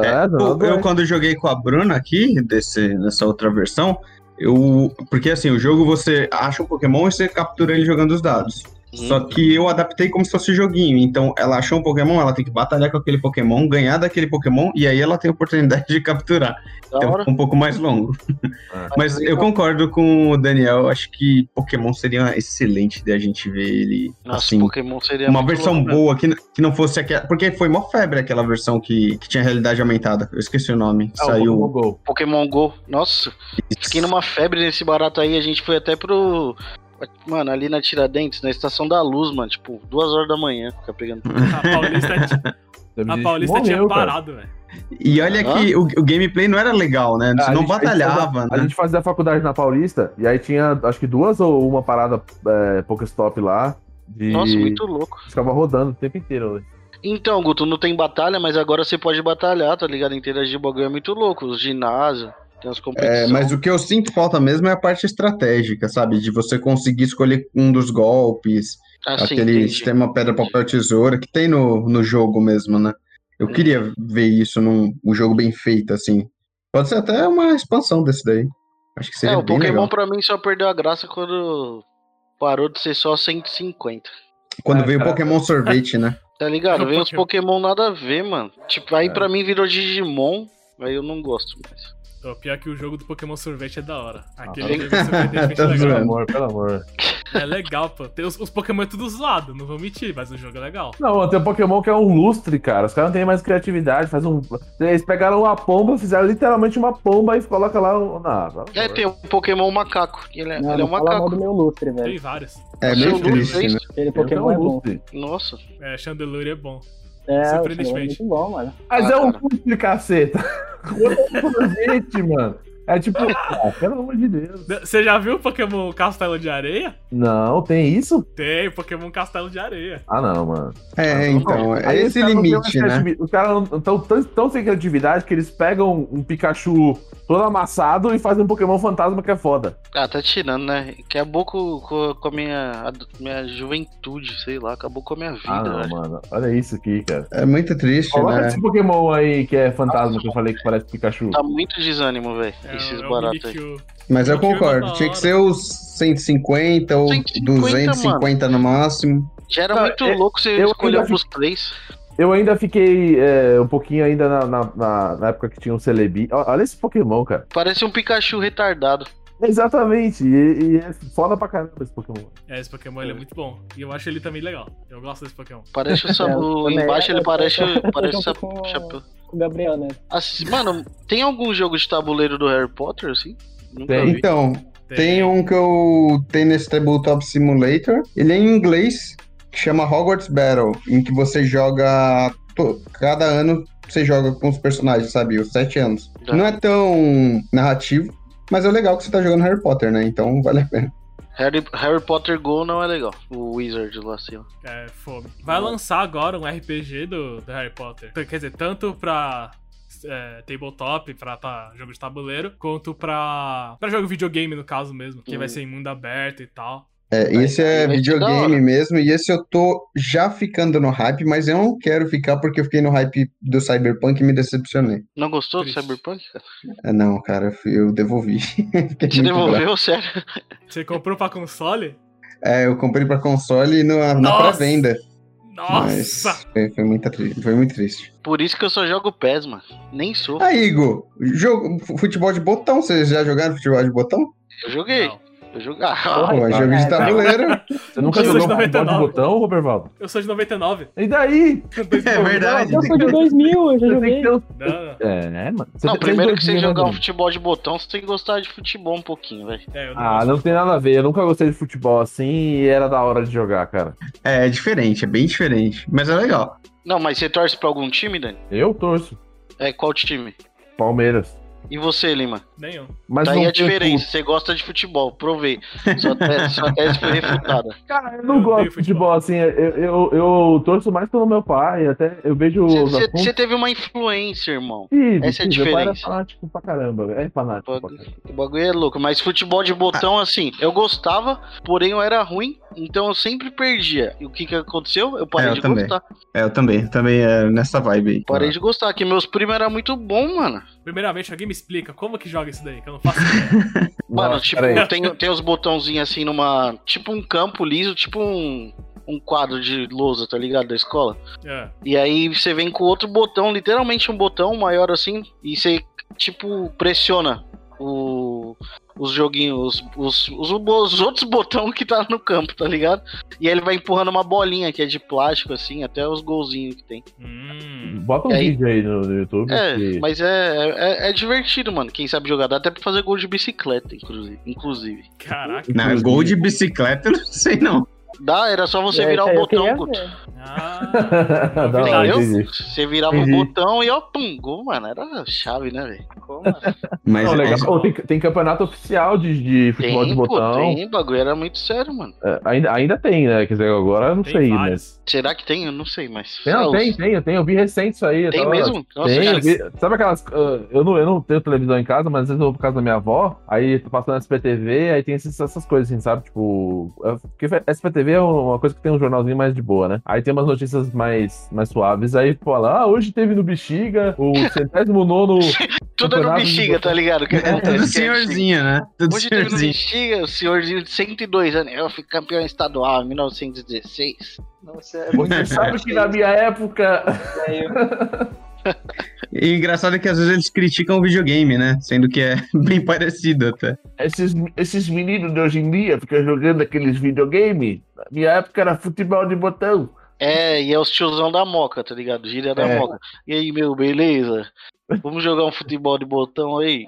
S1: É,
S3: Eu,
S1: não,
S3: eu, quando joguei com a Bruna aqui, desse, dessa outra versão, eu. Porque assim, o jogo você acha um Pokémon e você captura ele jogando os dados.
S2: Uhum.
S3: Só
S2: Hum,
S3: que eu adaptei como se fosse joguinho. Então, ela achou um Pokémon, ela tem que batalhar com aquele Pokémon, ganhar daquele Pokémon, e aí ela tem a oportunidade de capturar.
S2: Da
S3: Então
S2: hora.
S3: fica um pouco mais longo.
S2: É.
S1: Ah.
S3: Mas eu concordo com o Daniel, acho que Pokémon seria uma excelente de a gente ver ele
S2: Nossa,
S3: assim.
S2: Pokémon seria
S3: Uma
S2: muito
S3: versão
S2: louco, né?
S3: boa que, n- que não fosse aquela. Porque foi mó febre aquela versão que, que tinha realidade aumentada. Eu esqueci o
S2: É,
S3: nome.
S1: Ah, o Pokémon
S3: Saiu.
S1: Go.
S2: Pokémon Go. Nossa, fiquei numa febre nesse barato aí. A gente foi até pro. Mano, ali na Tiradentes, na Estação da Luz, mano. Tipo, duas horas da manhã. Ficar pegando.
S4: A Paulista, ti-
S1: Teve
S4: a
S1: gente que
S4: Paulista tinha
S1: morreu, cara.
S4: parado, velho.
S3: E olha
S2: Hã? Ah,
S3: que o, o gameplay não era legal, né? Você
S1: A gente- a
S3: não
S1: gente
S3: batalhava,
S1: fazia-
S3: né?
S1: A gente fazia a faculdade na Paulista, e aí tinha, acho que duas ou uma parada é, Pokéstop lá, de...
S2: Nossa, muito louco.
S1: Ficava rodando o tempo inteiro, né?
S2: Então, Guto, não tem batalha, mas agora você pode batalhar, tá ligado? Interagir o bagulho é muito louco. Os ginásios, tem as
S3: É,
S2: competições.
S3: mas o que eu sinto falta mesmo é a parte estratégica, sabe? De você conseguir escolher um dos golpes,
S2: Assim,
S3: aquele
S2: entendi.
S3: sistema pedra, papel, tesoura que tem no, no jogo mesmo, né? Eu queria ver isso num um jogo bem feito, assim. Pode ser até uma expansão desse daí. Acho que seria
S2: É, o
S3: bem
S2: Pokémon
S3: legal.
S2: pra mim só perdeu a graça quando parou de ser só 150.
S3: Quando
S1: Ah,
S3: veio o
S1: cara.
S3: Pokémon Sorvete, né?
S2: Tá ligado?
S4: Não,
S2: Veio uns Pokémon nada a ver, mano. Tipo, aí
S1: É.
S2: pra mim virou Digimon, aí eu não gosto mais.
S4: Ó, pior que o jogo do Pokémon Sorvete é da hora.
S1: tá
S4: Aquele jogo do sorvete
S3: Tá
S4: é legal.
S1: Pelo
S3: zoando.
S1: amor, pelo amor.
S4: É legal, pô. Tem os, os Pokémon é tudo zoado, não vou mentir, mas o jogo é legal.
S1: Não, tem um Pokémon que é um lustre, cara. Os caras não têm mais criatividade, faz um. Eles pegaram uma pomba, fizeram literalmente uma pomba e colocam lá um. Não, pelo
S2: É,
S1: amor.
S2: tem um Pokémon macaco. Ele é,
S6: Não,
S2: ele é
S6: não
S2: um
S6: fala mal do
S2: macaco.
S6: meu lustre, velho.
S4: Tem vários.
S3: É
S2: Seu
S3: meio
S2: Lúcio, é
S3: triste, né?
S2: isso?
S6: Aquele
S1: Ele é
S6: Pokémon é
S1: um
S6: bom.
S1: lustre.
S2: Nossa.
S4: É, Chandelure é bom.
S6: É, o Pokémon é
S4: Surpreendentemente.
S6: muito bom, mano.
S1: Mas
S2: Ah,
S1: é um
S2: cara.
S1: lustre, caceta. Sorvete, mano. É tipo, ah, pelo amor de Deus.
S4: D- Você já viu o Pokémon Castelo de Areia?
S1: Não, tem isso?
S4: Tem, o Pokémon Castelo de Areia.
S1: Ah, não, mano.
S3: É, então, é
S1: Aí tá os
S3: esse
S1: caras não têm mais
S3: limite, né?
S1: criativi- Os caras estão tão, tão sem criatividade que eles pegam um Pikachu todo amassado e fazem um Pokémon fantasma que é foda.
S2: Ah, tá tirando, né? Acabou com, com, com a minha, a- minha juventude, sei lá. Acabou com a minha vida.
S1: Ah,
S2: eu
S1: não,
S2: acho.
S1: mano. Olha isso aqui, cara.
S3: É muito triste,
S1: Coloca
S3: né?
S1: esse Pokémon aí que é fantasma que eu falei que parece Pikachu.
S2: Tá muito desânimo, velho.
S4: É,
S2: esses
S4: é
S2: baratos aí.
S4: Mimikyu.
S3: Mas eu
S4: Porque
S3: concordo,
S4: da
S3: tinha que
S4: hora.
S3: ser os 150 ou
S2: 150,
S3: 250 no máximo.
S2: Já era
S1: Não,
S2: muito
S1: é-
S2: louco você
S1: eu
S2: escolher
S1: ainda
S2: os três.
S1: Eu ainda fiquei é, um pouquinho ainda na, na- na- na época que tinha o Celebi. Ó, Olha esse Pokémon, cara.
S2: Parece um Pikachu retardado.
S1: Exatamente. E, e é foda pra caramba esse Pokémon.
S4: É, esse Pokémon ele é muito bom. E eu acho ele também legal. Eu gosto desse Pokémon.
S2: Parece o Sabu.
S6: É, também.
S2: embaixo ele
S6: Eu-
S2: parece,
S6: eu- eu-
S2: parece
S1: um
S6: eu-
S2: o Sabu.
S6: eu-
S2: chapéu.
S6: Com o Gabriel, né?
S2: Assim, mano, tem algum jogo de tabuleiro do Harry Potter, assim? Nunca
S1: Tem.
S2: vi.
S3: Então, Tem um que eu tenho nesse Tabletop Simulator. Ele é em inglês, que chama Hogwarts Battle, em que você joga. to- Cada ano você joga com os personagens, sabe? Os sete anos.
S2: Tá.
S3: Não é tão narrativo, mas é legal que você tá jogando Harry Potter, né? Então vale a pena.
S2: Harry, Harry Potter Go não é legal. O Wizard lá, assim, ó.
S4: É, fome. Vai lançar agora um RPG do, do Harry Potter. Quer dizer, tanto pra é, tabletop, pra tá, jogo de tabuleiro, quanto pra, pra jogo videogame, no caso mesmo, que
S1: Hum.
S4: vai ser em mundo aberto e tal.
S3: É,
S2: Vai-
S3: esse é
S2: vai ser da
S3: videogame
S2: hora.
S3: mesmo, e esse eu tô já ficando no hype, mas eu não quero ficar porque eu fiquei no hype do Cyberpunk e me decepcionei.
S2: Não gostou
S4: Triste.
S2: do Cyberpunk, cara?
S3: É, Não, cara, eu fui- eu devolvi. Fiquei
S2: Você
S3: muito bravo.
S2: devolveu, sério?
S4: Você comprou pra console?
S3: É, eu comprei pra console e na, na
S4: Nossa!
S3: pré-venda. Mas
S4: Nossa!
S3: foi, foi, muita tri- foi muito triste.
S2: Por isso que eu só jogo PES, mano. Nem sou.
S3: Ah, Igor, jogo, futebol de botão, vocês já jogaram futebol de botão?
S2: Eu joguei.
S4: Não.
S2: Eu jogava.
S3: Pô, é
S1: tá.
S3: jogo de tabuleiro.
S1: Você nunca
S4: Isso
S1: jogou
S4: de
S1: um futebol de
S4: 99.
S1: botão, Robert Valdo?
S4: Eu sou de 99.
S1: E daí?
S3: É verdade.
S6: Eu sou de 2000, eu
S1: Você
S6: já
S1: tem
S6: joguei.
S1: que ter um...
S4: Não,
S1: É, mano. Você
S2: Não,
S1: tem- tem
S2: primeiro
S1: dois
S2: que você
S1: mil, né,
S2: jogar um
S1: mano?
S2: futebol de botão, você tem que gostar de futebol um pouquinho, velho.
S4: é, eu não
S1: Ah,
S4: gosto.
S1: não tem nada a ver. Eu nunca gostei de futebol assim e era da hora de jogar, cara.
S3: É, é diferente, é bem diferente. Mas é legal.
S2: Não, mas você torce pra algum time, Dani?
S1: Eu torço.
S2: É, qual time?
S1: Palmeiras.
S2: E você, Lima?
S4: Nenhum.
S1: Mas
S2: Daí é
S1: não
S2: a
S1: tem
S2: diferença, você gosta de futebol, provei. Sua tese, sua tese foi refutada.
S1: Cara, eu
S4: Eu
S1: não
S4: odeio
S1: gosto de futebol assim. Eu, eu, eu torço mais pelo meu pai. Até eu vejo os
S2: Você- Você
S1: assuntos.
S2: você teve uma influência, irmão.
S1: Tive,
S2: essa é a
S1: tive. Meu pai era
S2: diferença.
S1: fanático pra caramba. velho. É fanático.
S2: Pô,
S1: pra caramba.
S2: O bagulho é louco, mas futebol de botão, assim, eu gostava, porém eu era ruim, então eu sempre perdia. E o que que aconteceu? Eu parei
S3: É, eu
S2: de
S3: também.
S2: gostar.
S3: É, eu também, também é nessa vibe aí.
S2: Parei de gostar, que meus primos eram muito bons, mano.
S4: Primeiramente, alguém me explica como que joga isso daí, que eu não faço.
S2: Mano,
S1: Nossa,
S2: tipo,
S1: peraí.
S2: tem, tem os botãozinhos assim numa. Tipo um campo liso, tipo um, um quadro de lousa, tá ligado? Da escola.
S4: É.
S2: E aí você vem com outro botão, literalmente um botão maior assim, e você, tipo, pressiona o, os joguinhos, os, os, os outros botões que tá no campo, tá ligado? E aí ele vai empurrando uma bolinha que é de plástico, assim, até os golzinhos que tem.
S4: Hum.
S1: Bota um
S2: E aí-
S1: vídeo aí no, no YouTube.
S2: É,
S1: que-
S2: mas é, é, é divertido, mano. Quem sabe jogar, dá até pra fazer gol de bicicleta, inclusive. inclusive.
S4: Caraca.
S1: é
S3: Não, é gol de bicicleta, eu não sei não.
S2: Dá, era só você
S6: É,
S2: virar o
S6: eu
S2: botão,
S6: queria
S2: Guto.
S6: ver.
S4: Ah,
S1: Da hora,
S4: verdade.
S2: Entendeu?
S1: entendi.
S2: Você virava o
S1: Entendi.
S2: botão e ó, pum, gol, mano. Era chave, né, velho?
S5: é, Como? Não,
S3: Mas
S1: Não,
S3: é
S1: legal.
S3: isso.
S1: Ô, tem, tem campeonato oficial de, de futebol de
S2: Tem, pô,
S1: botão.
S2: tem. Bagulho era muito sério, mano.
S1: É, ainda, ainda tem, né? Quer dizer, agora eu não sei,
S4: Tem
S1: né?
S4: vários.
S2: Será que tem? Eu não sei, mas.
S1: Tem, não,
S2: Ah,
S1: tem,
S2: os-
S1: tem, eu tenho, eu vi recente isso aí. eu
S2: Tem
S1: tava-
S2: mesmo? Nossa,
S1: tem,
S2: cara, é
S1: eu vi- sabe aquelas. ah, eu, não, eu não tenho televisão em casa, mas às vezes eu vou por causa da minha avó, aí tô passando SPTV, aí tem esses- essas coisas assim, sabe? Tipo. é- Porque SPTV é uma coisa que tem um jornalzinho mais de boa, né? Aí tem umas notícias mais, mais suaves, aí fala, ah, hoje teve no Bexiga, o centésimo nono.
S2: tudo era no
S1: campeonato de
S2: bexiga,
S1: botão.
S2: tá ligado? O que
S3: É
S2: acontece?
S3: tudo
S2: Que é bexiga.
S3: senhorzinho, né? Tudo
S2: Hoje teve no
S3: senhorzinho.
S2: bexiga, o senhorzinho de 102 anos. Eu fui campeão estadual em 1916.
S5: Você é muito
S1: Sabe que na minha época.
S5: estranho.
S3: E engraçado é que às vezes eles criticam o videogame, né? Sendo que é bem parecido até.
S1: Esses, esses meninos de hoje em dia ficam jogando aqueles videogame. Na minha época era futebol de botão.
S2: É, e é os tiozão da moca, tá ligado? Gíria da
S1: É.
S2: moca. E aí, meu, beleza? Vamos jogar um futebol de botão aí?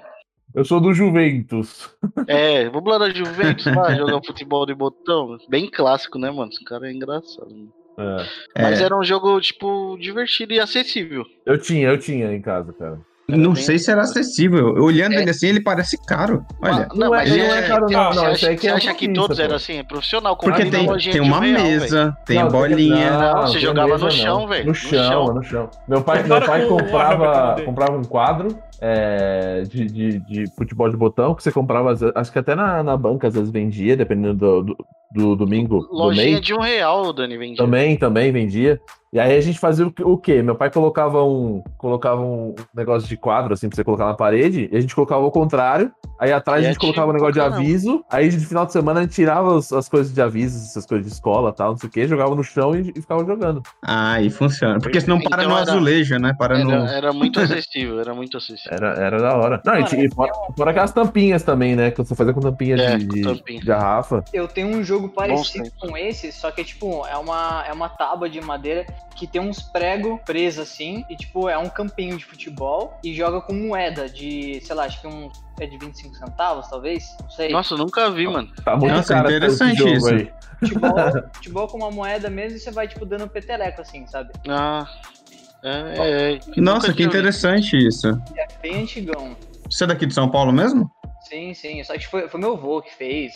S1: Eu sou do Juventus.
S2: É, vamos lá na Juventus lá, jogar um futebol de botão. Bem clássico, né, mano? Esse cara é engraçado. mano. Mas
S3: É,
S2: era um jogo, tipo, divertido e acessível.
S1: Eu tinha, eu tinha em casa, cara.
S3: não
S2: bem-
S3: sei se era acessível. Olhando
S2: É.
S3: ele assim, ele parece caro. Olha.
S2: Mas- Ah, não,
S1: Não é-
S2: mas
S3: não
S2: você
S3: é
S2: acha-
S1: caro, não, não,
S2: você
S1: isso
S2: acha,
S1: aí que é
S2: você acha que
S1: conquista,
S2: todos
S1: pô.
S2: eram assim? É profissional.
S3: Porque
S2: comprava
S1: Pra mim,
S3: tem,
S2: uma lojinha
S3: tem
S2: de
S3: uma
S2: um real, velho.
S3: mesa, tem
S1: Não,
S3: bolinha.
S1: não,
S2: Não, você
S1: tem
S2: jogava no
S1: mesa,
S2: chão,
S1: não.
S2: velho,
S1: No
S2: no
S1: chão,
S2: chão.
S1: no chão. Meu pai, meu
S4: Compara
S1: pai
S4: com o Warhammer
S1: comprava,
S4: que eu
S1: comprava um quadro é, de, de, de futebol de botão que você comprava, às vezes- acho que até na, na banca às vezes vendia, dependendo do, do, do domingo. do mês.
S2: Lojinha de um real, Dani, vendia.
S1: Também, também vendia. E aí a gente fazia o- o quê? Meu pai colocava um, colocava um negócio de quadro, assim, pra você colocar na parede, e a gente colocava ao contrário, aí atrás a
S2: E
S1: gente
S2: é
S1: colocava um
S2: tipo,
S1: negócio de
S2: caramba.
S1: aviso, aí de final de semana a gente tirava os- as coisas de aviso, essas coisas de escola tal, não sei o quê, jogava no chão e, e ficava jogando.
S3: Ah, e funciona. Porque senão para
S2: Então
S3: no
S2: era-
S3: azulejo, né? Para no.
S2: Era, era muito acessível, era muito acessível.
S1: Era, era da hora. Não, e
S5: Cara,
S1: tinha- e fora, fora aquelas tampinhas também, né? Que você fazia com tampinha
S2: É,
S1: de,
S2: com
S1: de-
S2: tampinha.
S1: de garrafa.
S5: Eu tenho um jogo parecido
S2: Bons
S5: com esse, só que tipo, é uma, é uma tábua de madeira que tem uns pregos presos assim, e tipo, é um campinho de futebol e joga com moeda de, sei lá, acho que um é de 25 centavos, talvez, não sei.
S2: Nossa, eu nunca vi, mano.
S1: Tá muito
S3: Nossa,
S1: caro
S3: interessante
S1: esse jogo
S3: isso.
S1: aí.
S5: Futebol, futebol com uma moeda mesmo e você vai, tipo, dando peteleco assim, sabe?
S2: Ah, é, é, é. Nunca
S3: Nossa, que
S2: tinha visto.
S3: interessante isso.
S5: É bem antigão.
S3: Você é daqui de São Paulo mesmo?
S5: Sim, sim. Só que foi, foi meu avô que fez.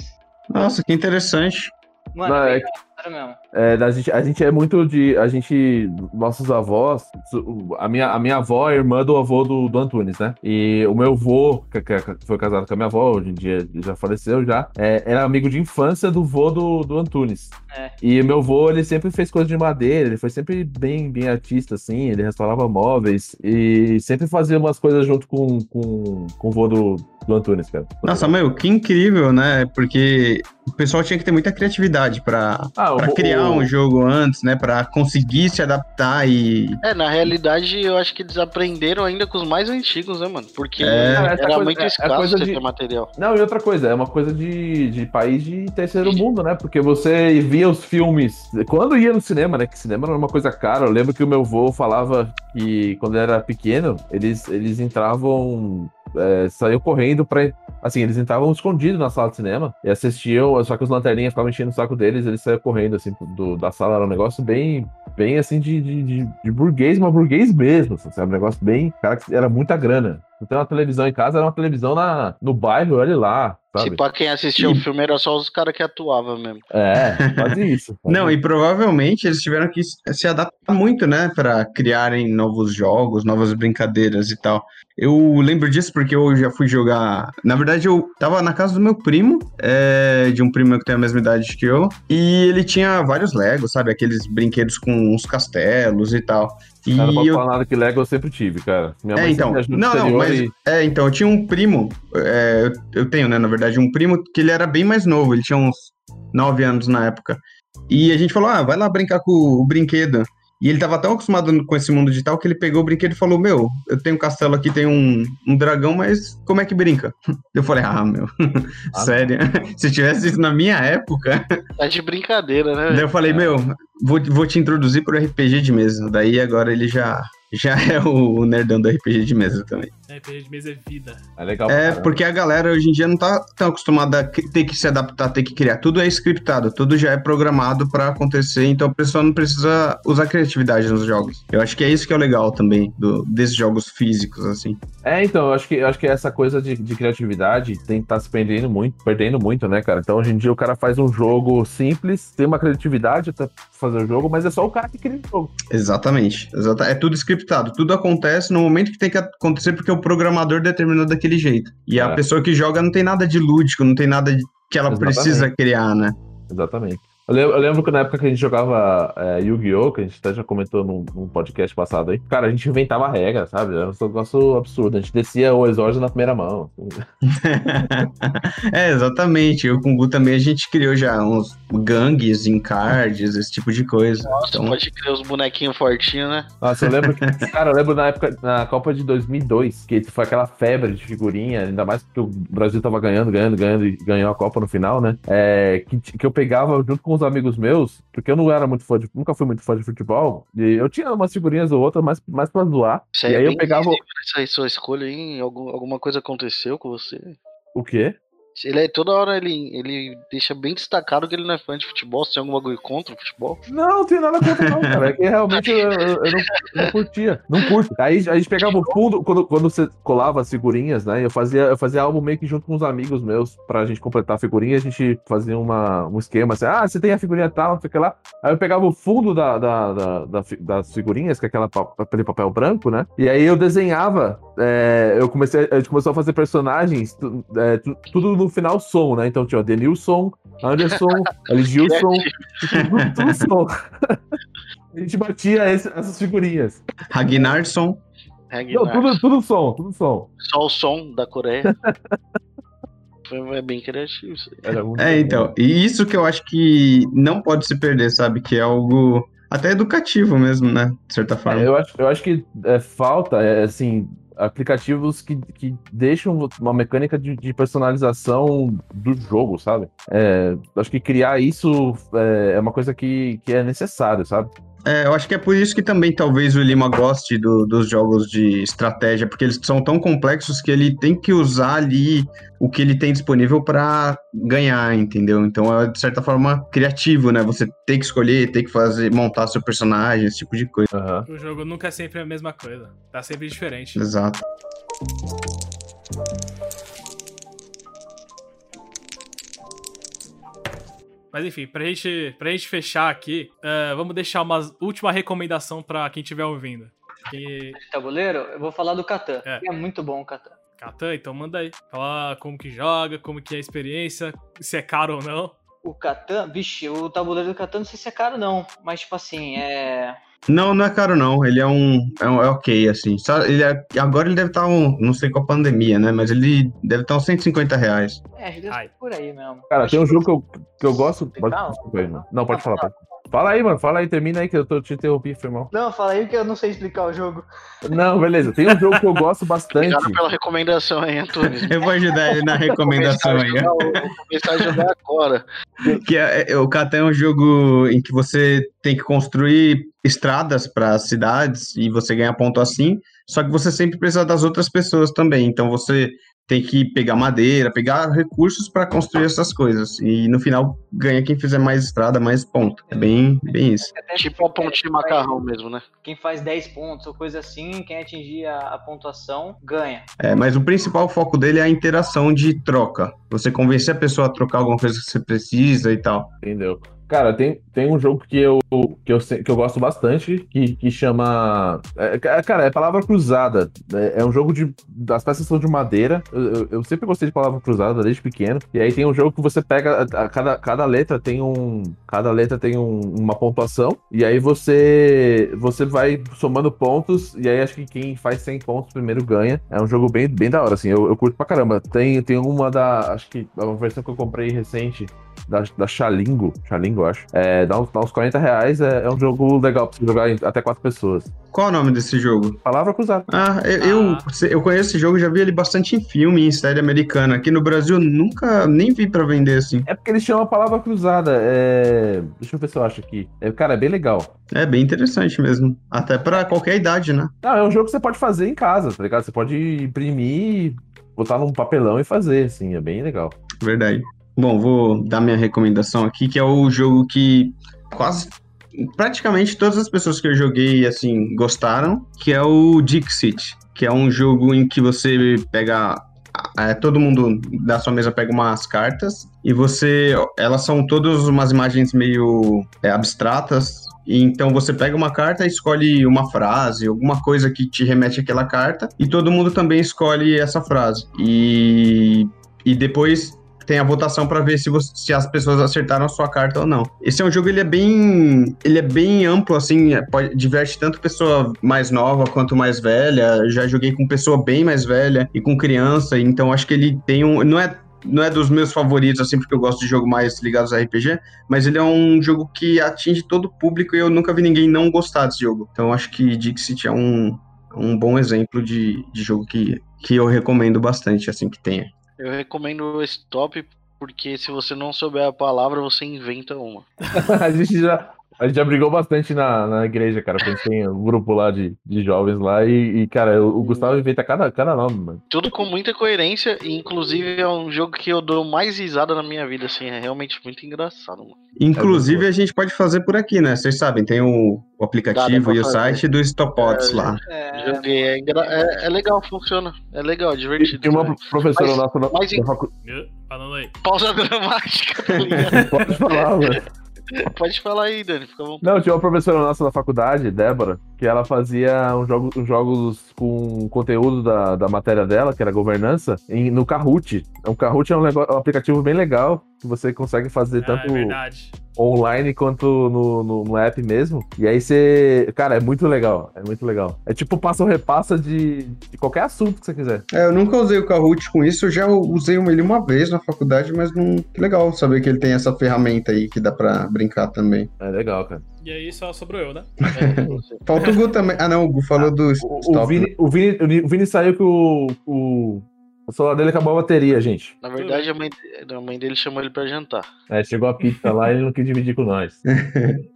S3: Nossa, que interessante.
S5: Mano,
S1: Não,
S5: é
S1: é
S5: bem da hora mesmo.
S1: É, da gente, a gente é muito de. A gente. Nossos avós. su- A minha, a minha avó é irmã do avô do, do Antunes, né? E o meu avô, que, que- que foi casado com a minha avó, hoje em dia já faleceu já, é, era amigo de infância do vô do, do Antunes.
S5: É.
S1: E meu avô, ele sempre fez coisa de madeira, ele foi sempre bem, bem artista, assim, ele restaurava móveis e sempre fazia umas coisas junto com, com, com o vô do, do Antunes, cara.
S3: Nossa, meu, que incrível, né? Porque o pessoal tinha que ter muita criatividade pra
S1: Ah, o-
S3: Pra criar
S1: o-
S3: um jogo antes, né? Pra conseguir se adaptar e.
S2: É, na realidade, eu acho que eles aprenderam ainda com os mais antigos, né, mano? Porque
S3: É.
S1: Cara, essa
S2: era
S1: coisa-
S2: muito
S1: é- é
S2: escasso
S1: coisa
S2: esse
S1: de-
S2: material.
S1: Não, e outra coisa, é uma coisa de, de país de terceiro mundo, né? Porque você via os filmes. Quando ia no cinema, né? Que cinema não era uma coisa cara. Eu lembro que o meu avô falava que quando ele era pequeno, eles, eles entravam. É, saiu correndo pra. Assim, eles entravam escondidos na sala de cinema e assistiam, só que os lanterninhas ficavam enchendo o saco deles, eles saíam correndo, assim, do- da sala. Era um negócio bem. Bem assim de, de, de, de burguês, mas burguês mesmo. Assim, era um negócio bem. Cara, que era muita grana. Não tem uma televisão em casa, era uma televisão na, no bairro, olha lá,
S2: Se
S1: sabe?
S2: Tipo, pra quem assistia o filme era só os caras que atuavam mesmo.
S1: É, quase isso.
S3: Não, e provavelmente eles tiveram que se adaptar muito, né? Pra criarem novos jogos, novas brincadeiras e tal. Eu lembro disso porque eu já fui jogar. Na verdade, eu tava na casa do meu primo, é, de um primo meu que tem a mesma idade que eu, e ele tinha vários Legos, sabe? Aqueles brinquedos com uns castelos e tal. E
S1: Cara, não posso
S3: eu
S1: falar nada que Lego eu sempre tive, cara. Minha
S3: É,
S1: mãe
S3: então,
S1: sempre me ajuda
S3: não,
S1: no
S3: não,
S1: exterior
S3: mas-
S1: e-
S3: É, então, eu tinha um primo, é, eu, eu tenho, né, na verdade, um primo que ele era bem mais novo, ele tinha uns 9 anos na época. E a gente falou, ah, vai lá brincar com o brinquedo. E ele tava tão acostumado com esse mundo digital que ele pegou o brinquedo e falou, meu, eu tenho um castelo aqui, tem um, um dragão, mas como é que brinca? Eu falei, ah, meu,
S1: Ah,
S3: sério, se tivesse isso na minha época...
S2: Tá de brincadeira, né?
S3: Daí eu falei, meu, vou, vou te introduzir pro RPG de mesa. Daí agora ele já... Já é o nerdão do RPG de mesa também.
S4: RPG de mesa é vida.
S1: É legal. pra
S3: É,
S1: caramba.
S3: porque a galera hoje em dia não tá tão acostumada a que- ter que se adaptar, ter que criar. Tudo é scriptado, tudo já é programado pra acontecer, então a pessoa não precisa usar criatividade nos jogos. Eu acho que é isso que é o legal também do- desses jogos físicos, assim.
S1: É, então, eu acho que, eu acho que essa coisa de, de criatividade tem que estar se perdendo muito, perdendo muito, né, cara? Então, hoje em dia, o cara faz um jogo simples, tem uma criatividade até fazer o jogo, mas é só o cara que cria o jogo.
S3: Exatamente. exata- É tudo scriptado, tudo acontece no momento que tem que acontecer porque o programador determinou daquele jeito. E a
S1: É.
S3: pessoa que joga não tem nada de lúdico, não tem nada de- que ela
S1: Exatamente.
S3: precisa criar, né?
S1: Exatamente. Eu lem- eu lembro, que na época que a gente jogava é, Yu-Gi-Oh!, que a gente até já comentou num, num podcast passado aí, cara, a gente inventava regra, sabe? Era um negócio absurdo. A gente descia o exórdio na primeira mão. assim.
S3: é, exatamente. Eu com o Gu também a gente criou já uns gangues em cards, esse tipo de coisa.
S2: Nossa,
S3: Então-
S2: pode criar os bonequinhos fortinhos, né?
S1: Nossa, eu lembro que, cara, eu lembro na época, na Copa de 2002, que foi aquela febre de figurinha, ainda mais porque o Brasil tava ganhando, ganhando, ganhando e ganhou a Copa no final, né? É, que, t- que eu pegava junto com os amigos meus, porque eu não era muito fã de, nunca fui muito fã de futebol, e eu tinha umas figurinhas ou outras, mas mais pra zoar.
S2: Isso aí
S1: E
S2: é
S1: aí eu
S2: bem
S1: pegava. o-
S2: Essa aí sua escolha aí, algum- alguma coisa aconteceu com você?
S1: O quê?
S2: Ele é toda hora ele, ele deixa bem destacado que ele não é fã de futebol, se tem algum bagulho contra o futebol.
S1: Não, não tem nada contra não, cara. É que realmente eu, eu- eu não, não curtia. Não curto. Aí a gente pegava o fundo, quando, quando você colava as figurinhas, né? Eu fazia, eu fazia álbum meio que junto com uns amigos meus pra gente completar a figurinha. A gente fazia uma, um esquema assim, ah, você tem a figurinha tal, não sei o que lá. Aí eu pegava o fundo da, da- da- da fi- das figurinhas, que é aquela, pa- aquele papel branco, né? E aí eu desenhava. é, eu comecei, a gente começou a fazer personagens, tu- é, tu- tudo no final som, né? Então tinha o Denilson, Anderson, Eligilson, tudo som. A gente batia esse- essas figurinhas.
S3: Ragnarsson.
S1: Não,
S2: Ragnar,
S1: tudo, tudo som, tudo som.
S2: né? Só o som da Coreia. Foi é bem criativo isso aí.
S1: Era muito
S3: É,
S1: bom.
S3: então. E isso que eu acho que não pode se perder, sabe? Que é algo até educativo mesmo, né? De certa forma.
S1: É, eu, acho, eu acho que é, falta, é, assim, aplicativos que, que deixam uma mecânica de, de personalização do jogo, sabe? É, acho que criar isso é, é uma coisa que, que é necessário, sabe?
S3: É, eu acho que é por isso que também talvez o Lima goste do- dos jogos de estratégia, porque eles são tão complexos que ele tem que usar ali o que ele tem disponível pra ganhar, entendeu? Então é de certa forma criativo, né? Você tem que escolher, tem que fazer, montar seu personagem, esse tipo de coisa.
S1: Aham.
S4: O jogo nunca é sempre a mesma coisa. Tá sempre diferente.
S3: Exato.
S4: Mas enfim, pra gente, pra gente fechar aqui, eh, vamos deixar uma última recomendação pra quem estiver ouvindo. Que...
S5: Tabuleiro, eu vou falar do Catan.
S4: É.
S5: É muito bom o Catan.
S4: Catan, então manda aí. Fala como que joga, como que é a experiência, se é caro ou não.
S5: O Catan, vixe, o tabuleiro do Catan não sei se é caro não, mas tipo assim, é...
S3: Não, não é caro não. Ele é um. É, um- é ok, assim. Só, ele é- agora ele deve estar um. Não sei qual pandemia, né? Mas ele deve estar uns 150 reais.
S5: É, deve
S4: Ai.
S5: ser por aí mesmo.
S1: Cara,
S5: Acho
S1: tem um
S5: que-
S1: jogo que eu, que eu gosto.
S5: Tem
S1: Pode,
S5: tal?
S1: desculpa aí, mano. Não, pode falar. Pode. Fala aí, mano. Fala aí, termina aí que eu tô te interrompi, foi mal.
S5: Não, fala aí que eu não sei explicar o jogo.
S1: Não, beleza. Tem um jogo que eu gosto bastante.
S2: Obrigado pela recomendação aí, Antunes.
S3: Eu vou ajudar ele na recomendação
S2: Vou
S3: aí.
S2: começar a jogar- vou começar a jogar agora.
S3: Que é, é- o Catan é um jogo em que você tem que construir estradas para cidades e você ganha ponto assim. Só que você sempre precisa das outras pessoas também. Então você tem que pegar madeira, pegar recursos para construir essas coisas. E no final ganha quem fizer mais estrada, mais ponto. É bem, bem isso.
S5: Até
S2: Tipo a ponte de macarrão mesmo, né?
S5: Quem faz 10 pontos ou coisa assim, quem atingir a, a pontuação, ganha.
S3: É, mas o principal foco dele é a interação de troca. Você convencer a pessoa a trocar alguma coisa que você precisa e tal.
S1: Entendeu? Cara, tem, tem um jogo que eu, que eu, se- que eu gosto bastante, que, que chama. é, ca- cara, é palavra cruzada. É, é um jogo de. As peças são de madeira. Eu, eu- eu sempre gostei de palavra cruzada desde pequeno. E aí tem um jogo que você pega. a- a- cada, cada letra tem um. Cada letra tem um- uma pontuação. E aí você. Você vai somando pontos. E aí acho que quem faz 100 pontos primeiro ganha. É um jogo bem, bem da hora, assim. Eu, eu curto pra caramba. Tem, tem uma da. Acho que uma versão que eu comprei recente da, da Xalingo, Xalingo, eu acho. É, dá, uns, dá uns 40 reais, é, é um jogo legal pra você jogar em até quatro pessoas.
S3: Qual é o nome desse jogo?
S1: Palavra cruzada.
S3: Ah, eu,
S4: Ah.
S3: eu, eu conheço esse jogo, já vi ele bastante em filme, em série americana. Aqui no Brasil eu nunca nem vi pra vender assim.
S1: É porque ele chama palavra cruzada. É... Deixa eu ver se eu acho aqui. É, cara, é bem legal.
S3: É bem interessante mesmo. Até pra qualquer idade, né?
S1: Não, é um jogo que você pode fazer em casa, tá ligado? Você pode imprimir, botar num papelão e fazer, assim, é bem legal.
S3: Verdade. Bom, vou dar minha recomendação aqui, que é o jogo que quase praticamente todas as pessoas que eu joguei assim gostaram, que é o Dixit, que é um jogo em que você pega é, todo mundo da sua mesa pega umas cartas e você elas são todas umas imagens meio é, abstratas e então você pega uma carta e escolhe uma frase, alguma coisa que te remete àquela carta, e todo mundo também escolhe essa frase. E, e depois tem a votação para ver se, você- se as pessoas acertaram a sua carta ou não. Esse é um jogo ele é bem ele é bem amplo assim, é, pode- diverte tanto pessoa mais nova quanto mais velha. Eu Já joguei com pessoa bem mais velha e com criança, então acho que ele tem um não é não é dos meus favoritos, assim, porque eu gosto de jogo mais ligados a RPG, mas ele é um jogo que atinge todo o público e eu nunca vi ninguém não gostar desse jogo. Então acho que Dixit é um, um bom exemplo de, de jogo que, que eu recomendo bastante, assim, que tenha.
S2: Eu recomendo esse top, porque se você não souber a palavra, você inventa uma.
S1: a gente já. A gente já brigou bastante na, na igreja, cara. porque a gente tem um grupo lá de, de jovens lá e, e, cara, o, o Gustavo inventa cada, cada nome, mano.
S2: Tudo com muita coerência, e inclusive é um jogo que eu dou mais risada na minha vida, assim, é realmente muito engraçado, mano.
S3: É Inclusive, a gente pode fazer por aqui, né? Vocês sabem, tem o, o
S2: Dá, dá
S3: aplicativo
S2: pra
S3: e o
S2: fazer.
S3: site do Stopots
S2: É,
S3: lá.
S5: É,
S2: Joguei, é, engra- é- é legal, funciona. É legal, é divertido.
S1: Tem uma
S2: cara.
S1: professora
S2: Mas-
S1: nossa na-
S2: mas em-
S1: na faculdade.
S4: Falando aí.
S2: Pausa dramática, tá ligado?
S1: Pode falar, mano.
S2: Pode falar aí, Dani, fica à vontade.
S1: Não, tinha uma professora nossa da faculdade, Débora, que ela fazia uns jogo- uns jogos com conteúdo da, da matéria dela, que era governança, em- no Kahoot. O Kahoot é um, nego- um aplicativo bem legal, que você consegue fazer
S4: Ah, é
S1: tanto
S4: verdade.
S1: online quanto no, no- no app mesmo. E aí você. Cara, é muito legal. É muito legal. É tipo passa ou repassa de, de qualquer assunto que você quiser.
S3: É, eu nunca usei o Kahoot com isso, eu já usei um, ele uma vez na faculdade, mas não. que legal saber que ele tem essa ferramenta aí que dá pra brincar também.
S1: É legal, cara.
S4: E aí só sobrou eu, né?
S2: É, você.
S3: Falta o Gu também. Ah, não, o Gu falou do
S1: O, o
S3: Stop.
S1: Vini, o, Vini, o Ni- o Vini saiu que o, o, o celular dele acabou a bateria, gente.
S2: Na verdade, a mãe, de- a mãe dele chamou ele pra jantar.
S1: É, chegou a pizza lá e ele não quis dividir com nós.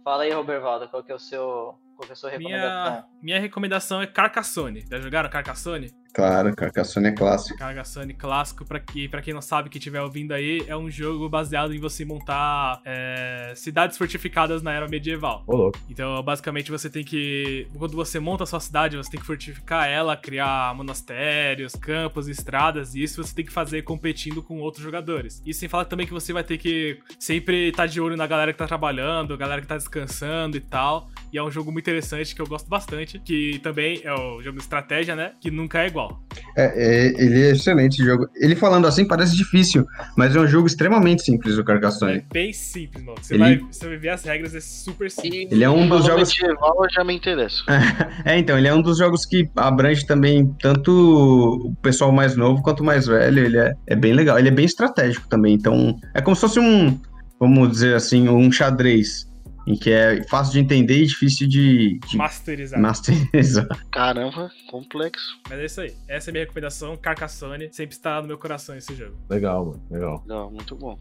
S5: fala aí, Robervaldo, qual que é o seu, qual que é a sua recomendação?
S4: Minha, minha recomendação é Carcassone. Já jogaram Carcassone?
S3: Claro, Carcassonne é clássico.
S4: Carcassone clássico, pra, que, pra quem não sabe, que estiver ouvindo aí, é um jogo baseado em você montar é, cidades fortificadas na era medieval.
S1: Ô, louco.
S4: Então, basicamente, você tem que. Quando você monta a sua cidade, você tem que fortificar ela, criar monastérios, campos, estradas, e isso você tem que fazer competindo com outros jogadores. E sem falar também que você vai ter que sempre estar de olho na galera que tá trabalhando, galera que tá descansando e tal. E é um jogo muito interessante que eu gosto bastante, que também é o jogo de estratégia, né? Que nunca é igual. legal.
S3: É, é, ele é excelente esse jogo. Ele falando assim parece difícil, mas é um jogo extremamente simples, o
S4: É
S3: Carcassonne.
S4: bem simples, mano. Você,
S3: Ele-
S4: vai, você vai ver as regras, é super simples.
S2: E
S3: Ele é um dos
S2: falou
S3: jogos.
S2: medieval, eu já me interesso.
S3: É, então, ele é um dos jogos que abrange também tanto o pessoal mais novo quanto o mais velho. Ele é, é bem legal, ele é bem estratégico também. Então, é como se fosse um, vamos dizer assim, um xadrez, em que é fácil de entender e difícil de, de
S4: Masterizado.
S3: masterizar.
S2: Caramba, complexo.
S4: Mas é isso aí. Essa é a minha recomendação. Carcassonne sempre está no meu coração esse jogo.
S1: Legal, mano. Legal.
S2: Não, muito bom.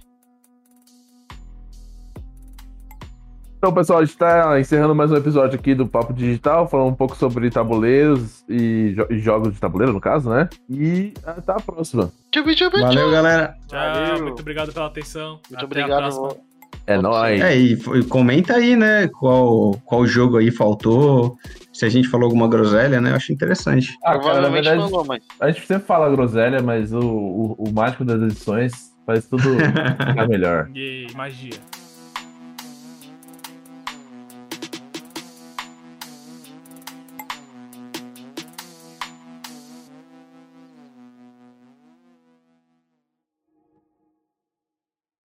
S1: Então, pessoal, a gente tá encerrando mais um episódio aqui do Papo Digital, falando um pouco sobre tabuleiros e, jo- e jogos de tabuleiro, no caso, né? E até a próxima.
S2: Tchubi, tchubi, tchubi.
S3: Valeu, galera.
S4: Tchau,
S2: Valeu.
S4: muito obrigado pela atenção.
S2: Muito
S4: Até a
S2: obrigado.
S4: próxima.
S2: vou-
S1: É nóis.
S3: É, e, f- e comenta aí, né, qual, qual jogo aí faltou, se a gente falou alguma groselha, né, eu acho interessante.
S1: Ah, cara, na
S2: Provavelmente
S1: verdade,
S2: falou, mas.
S1: a gente sempre fala groselha, mas o, o, o mágico das edições faz tudo ficar melhor.
S4: E magia.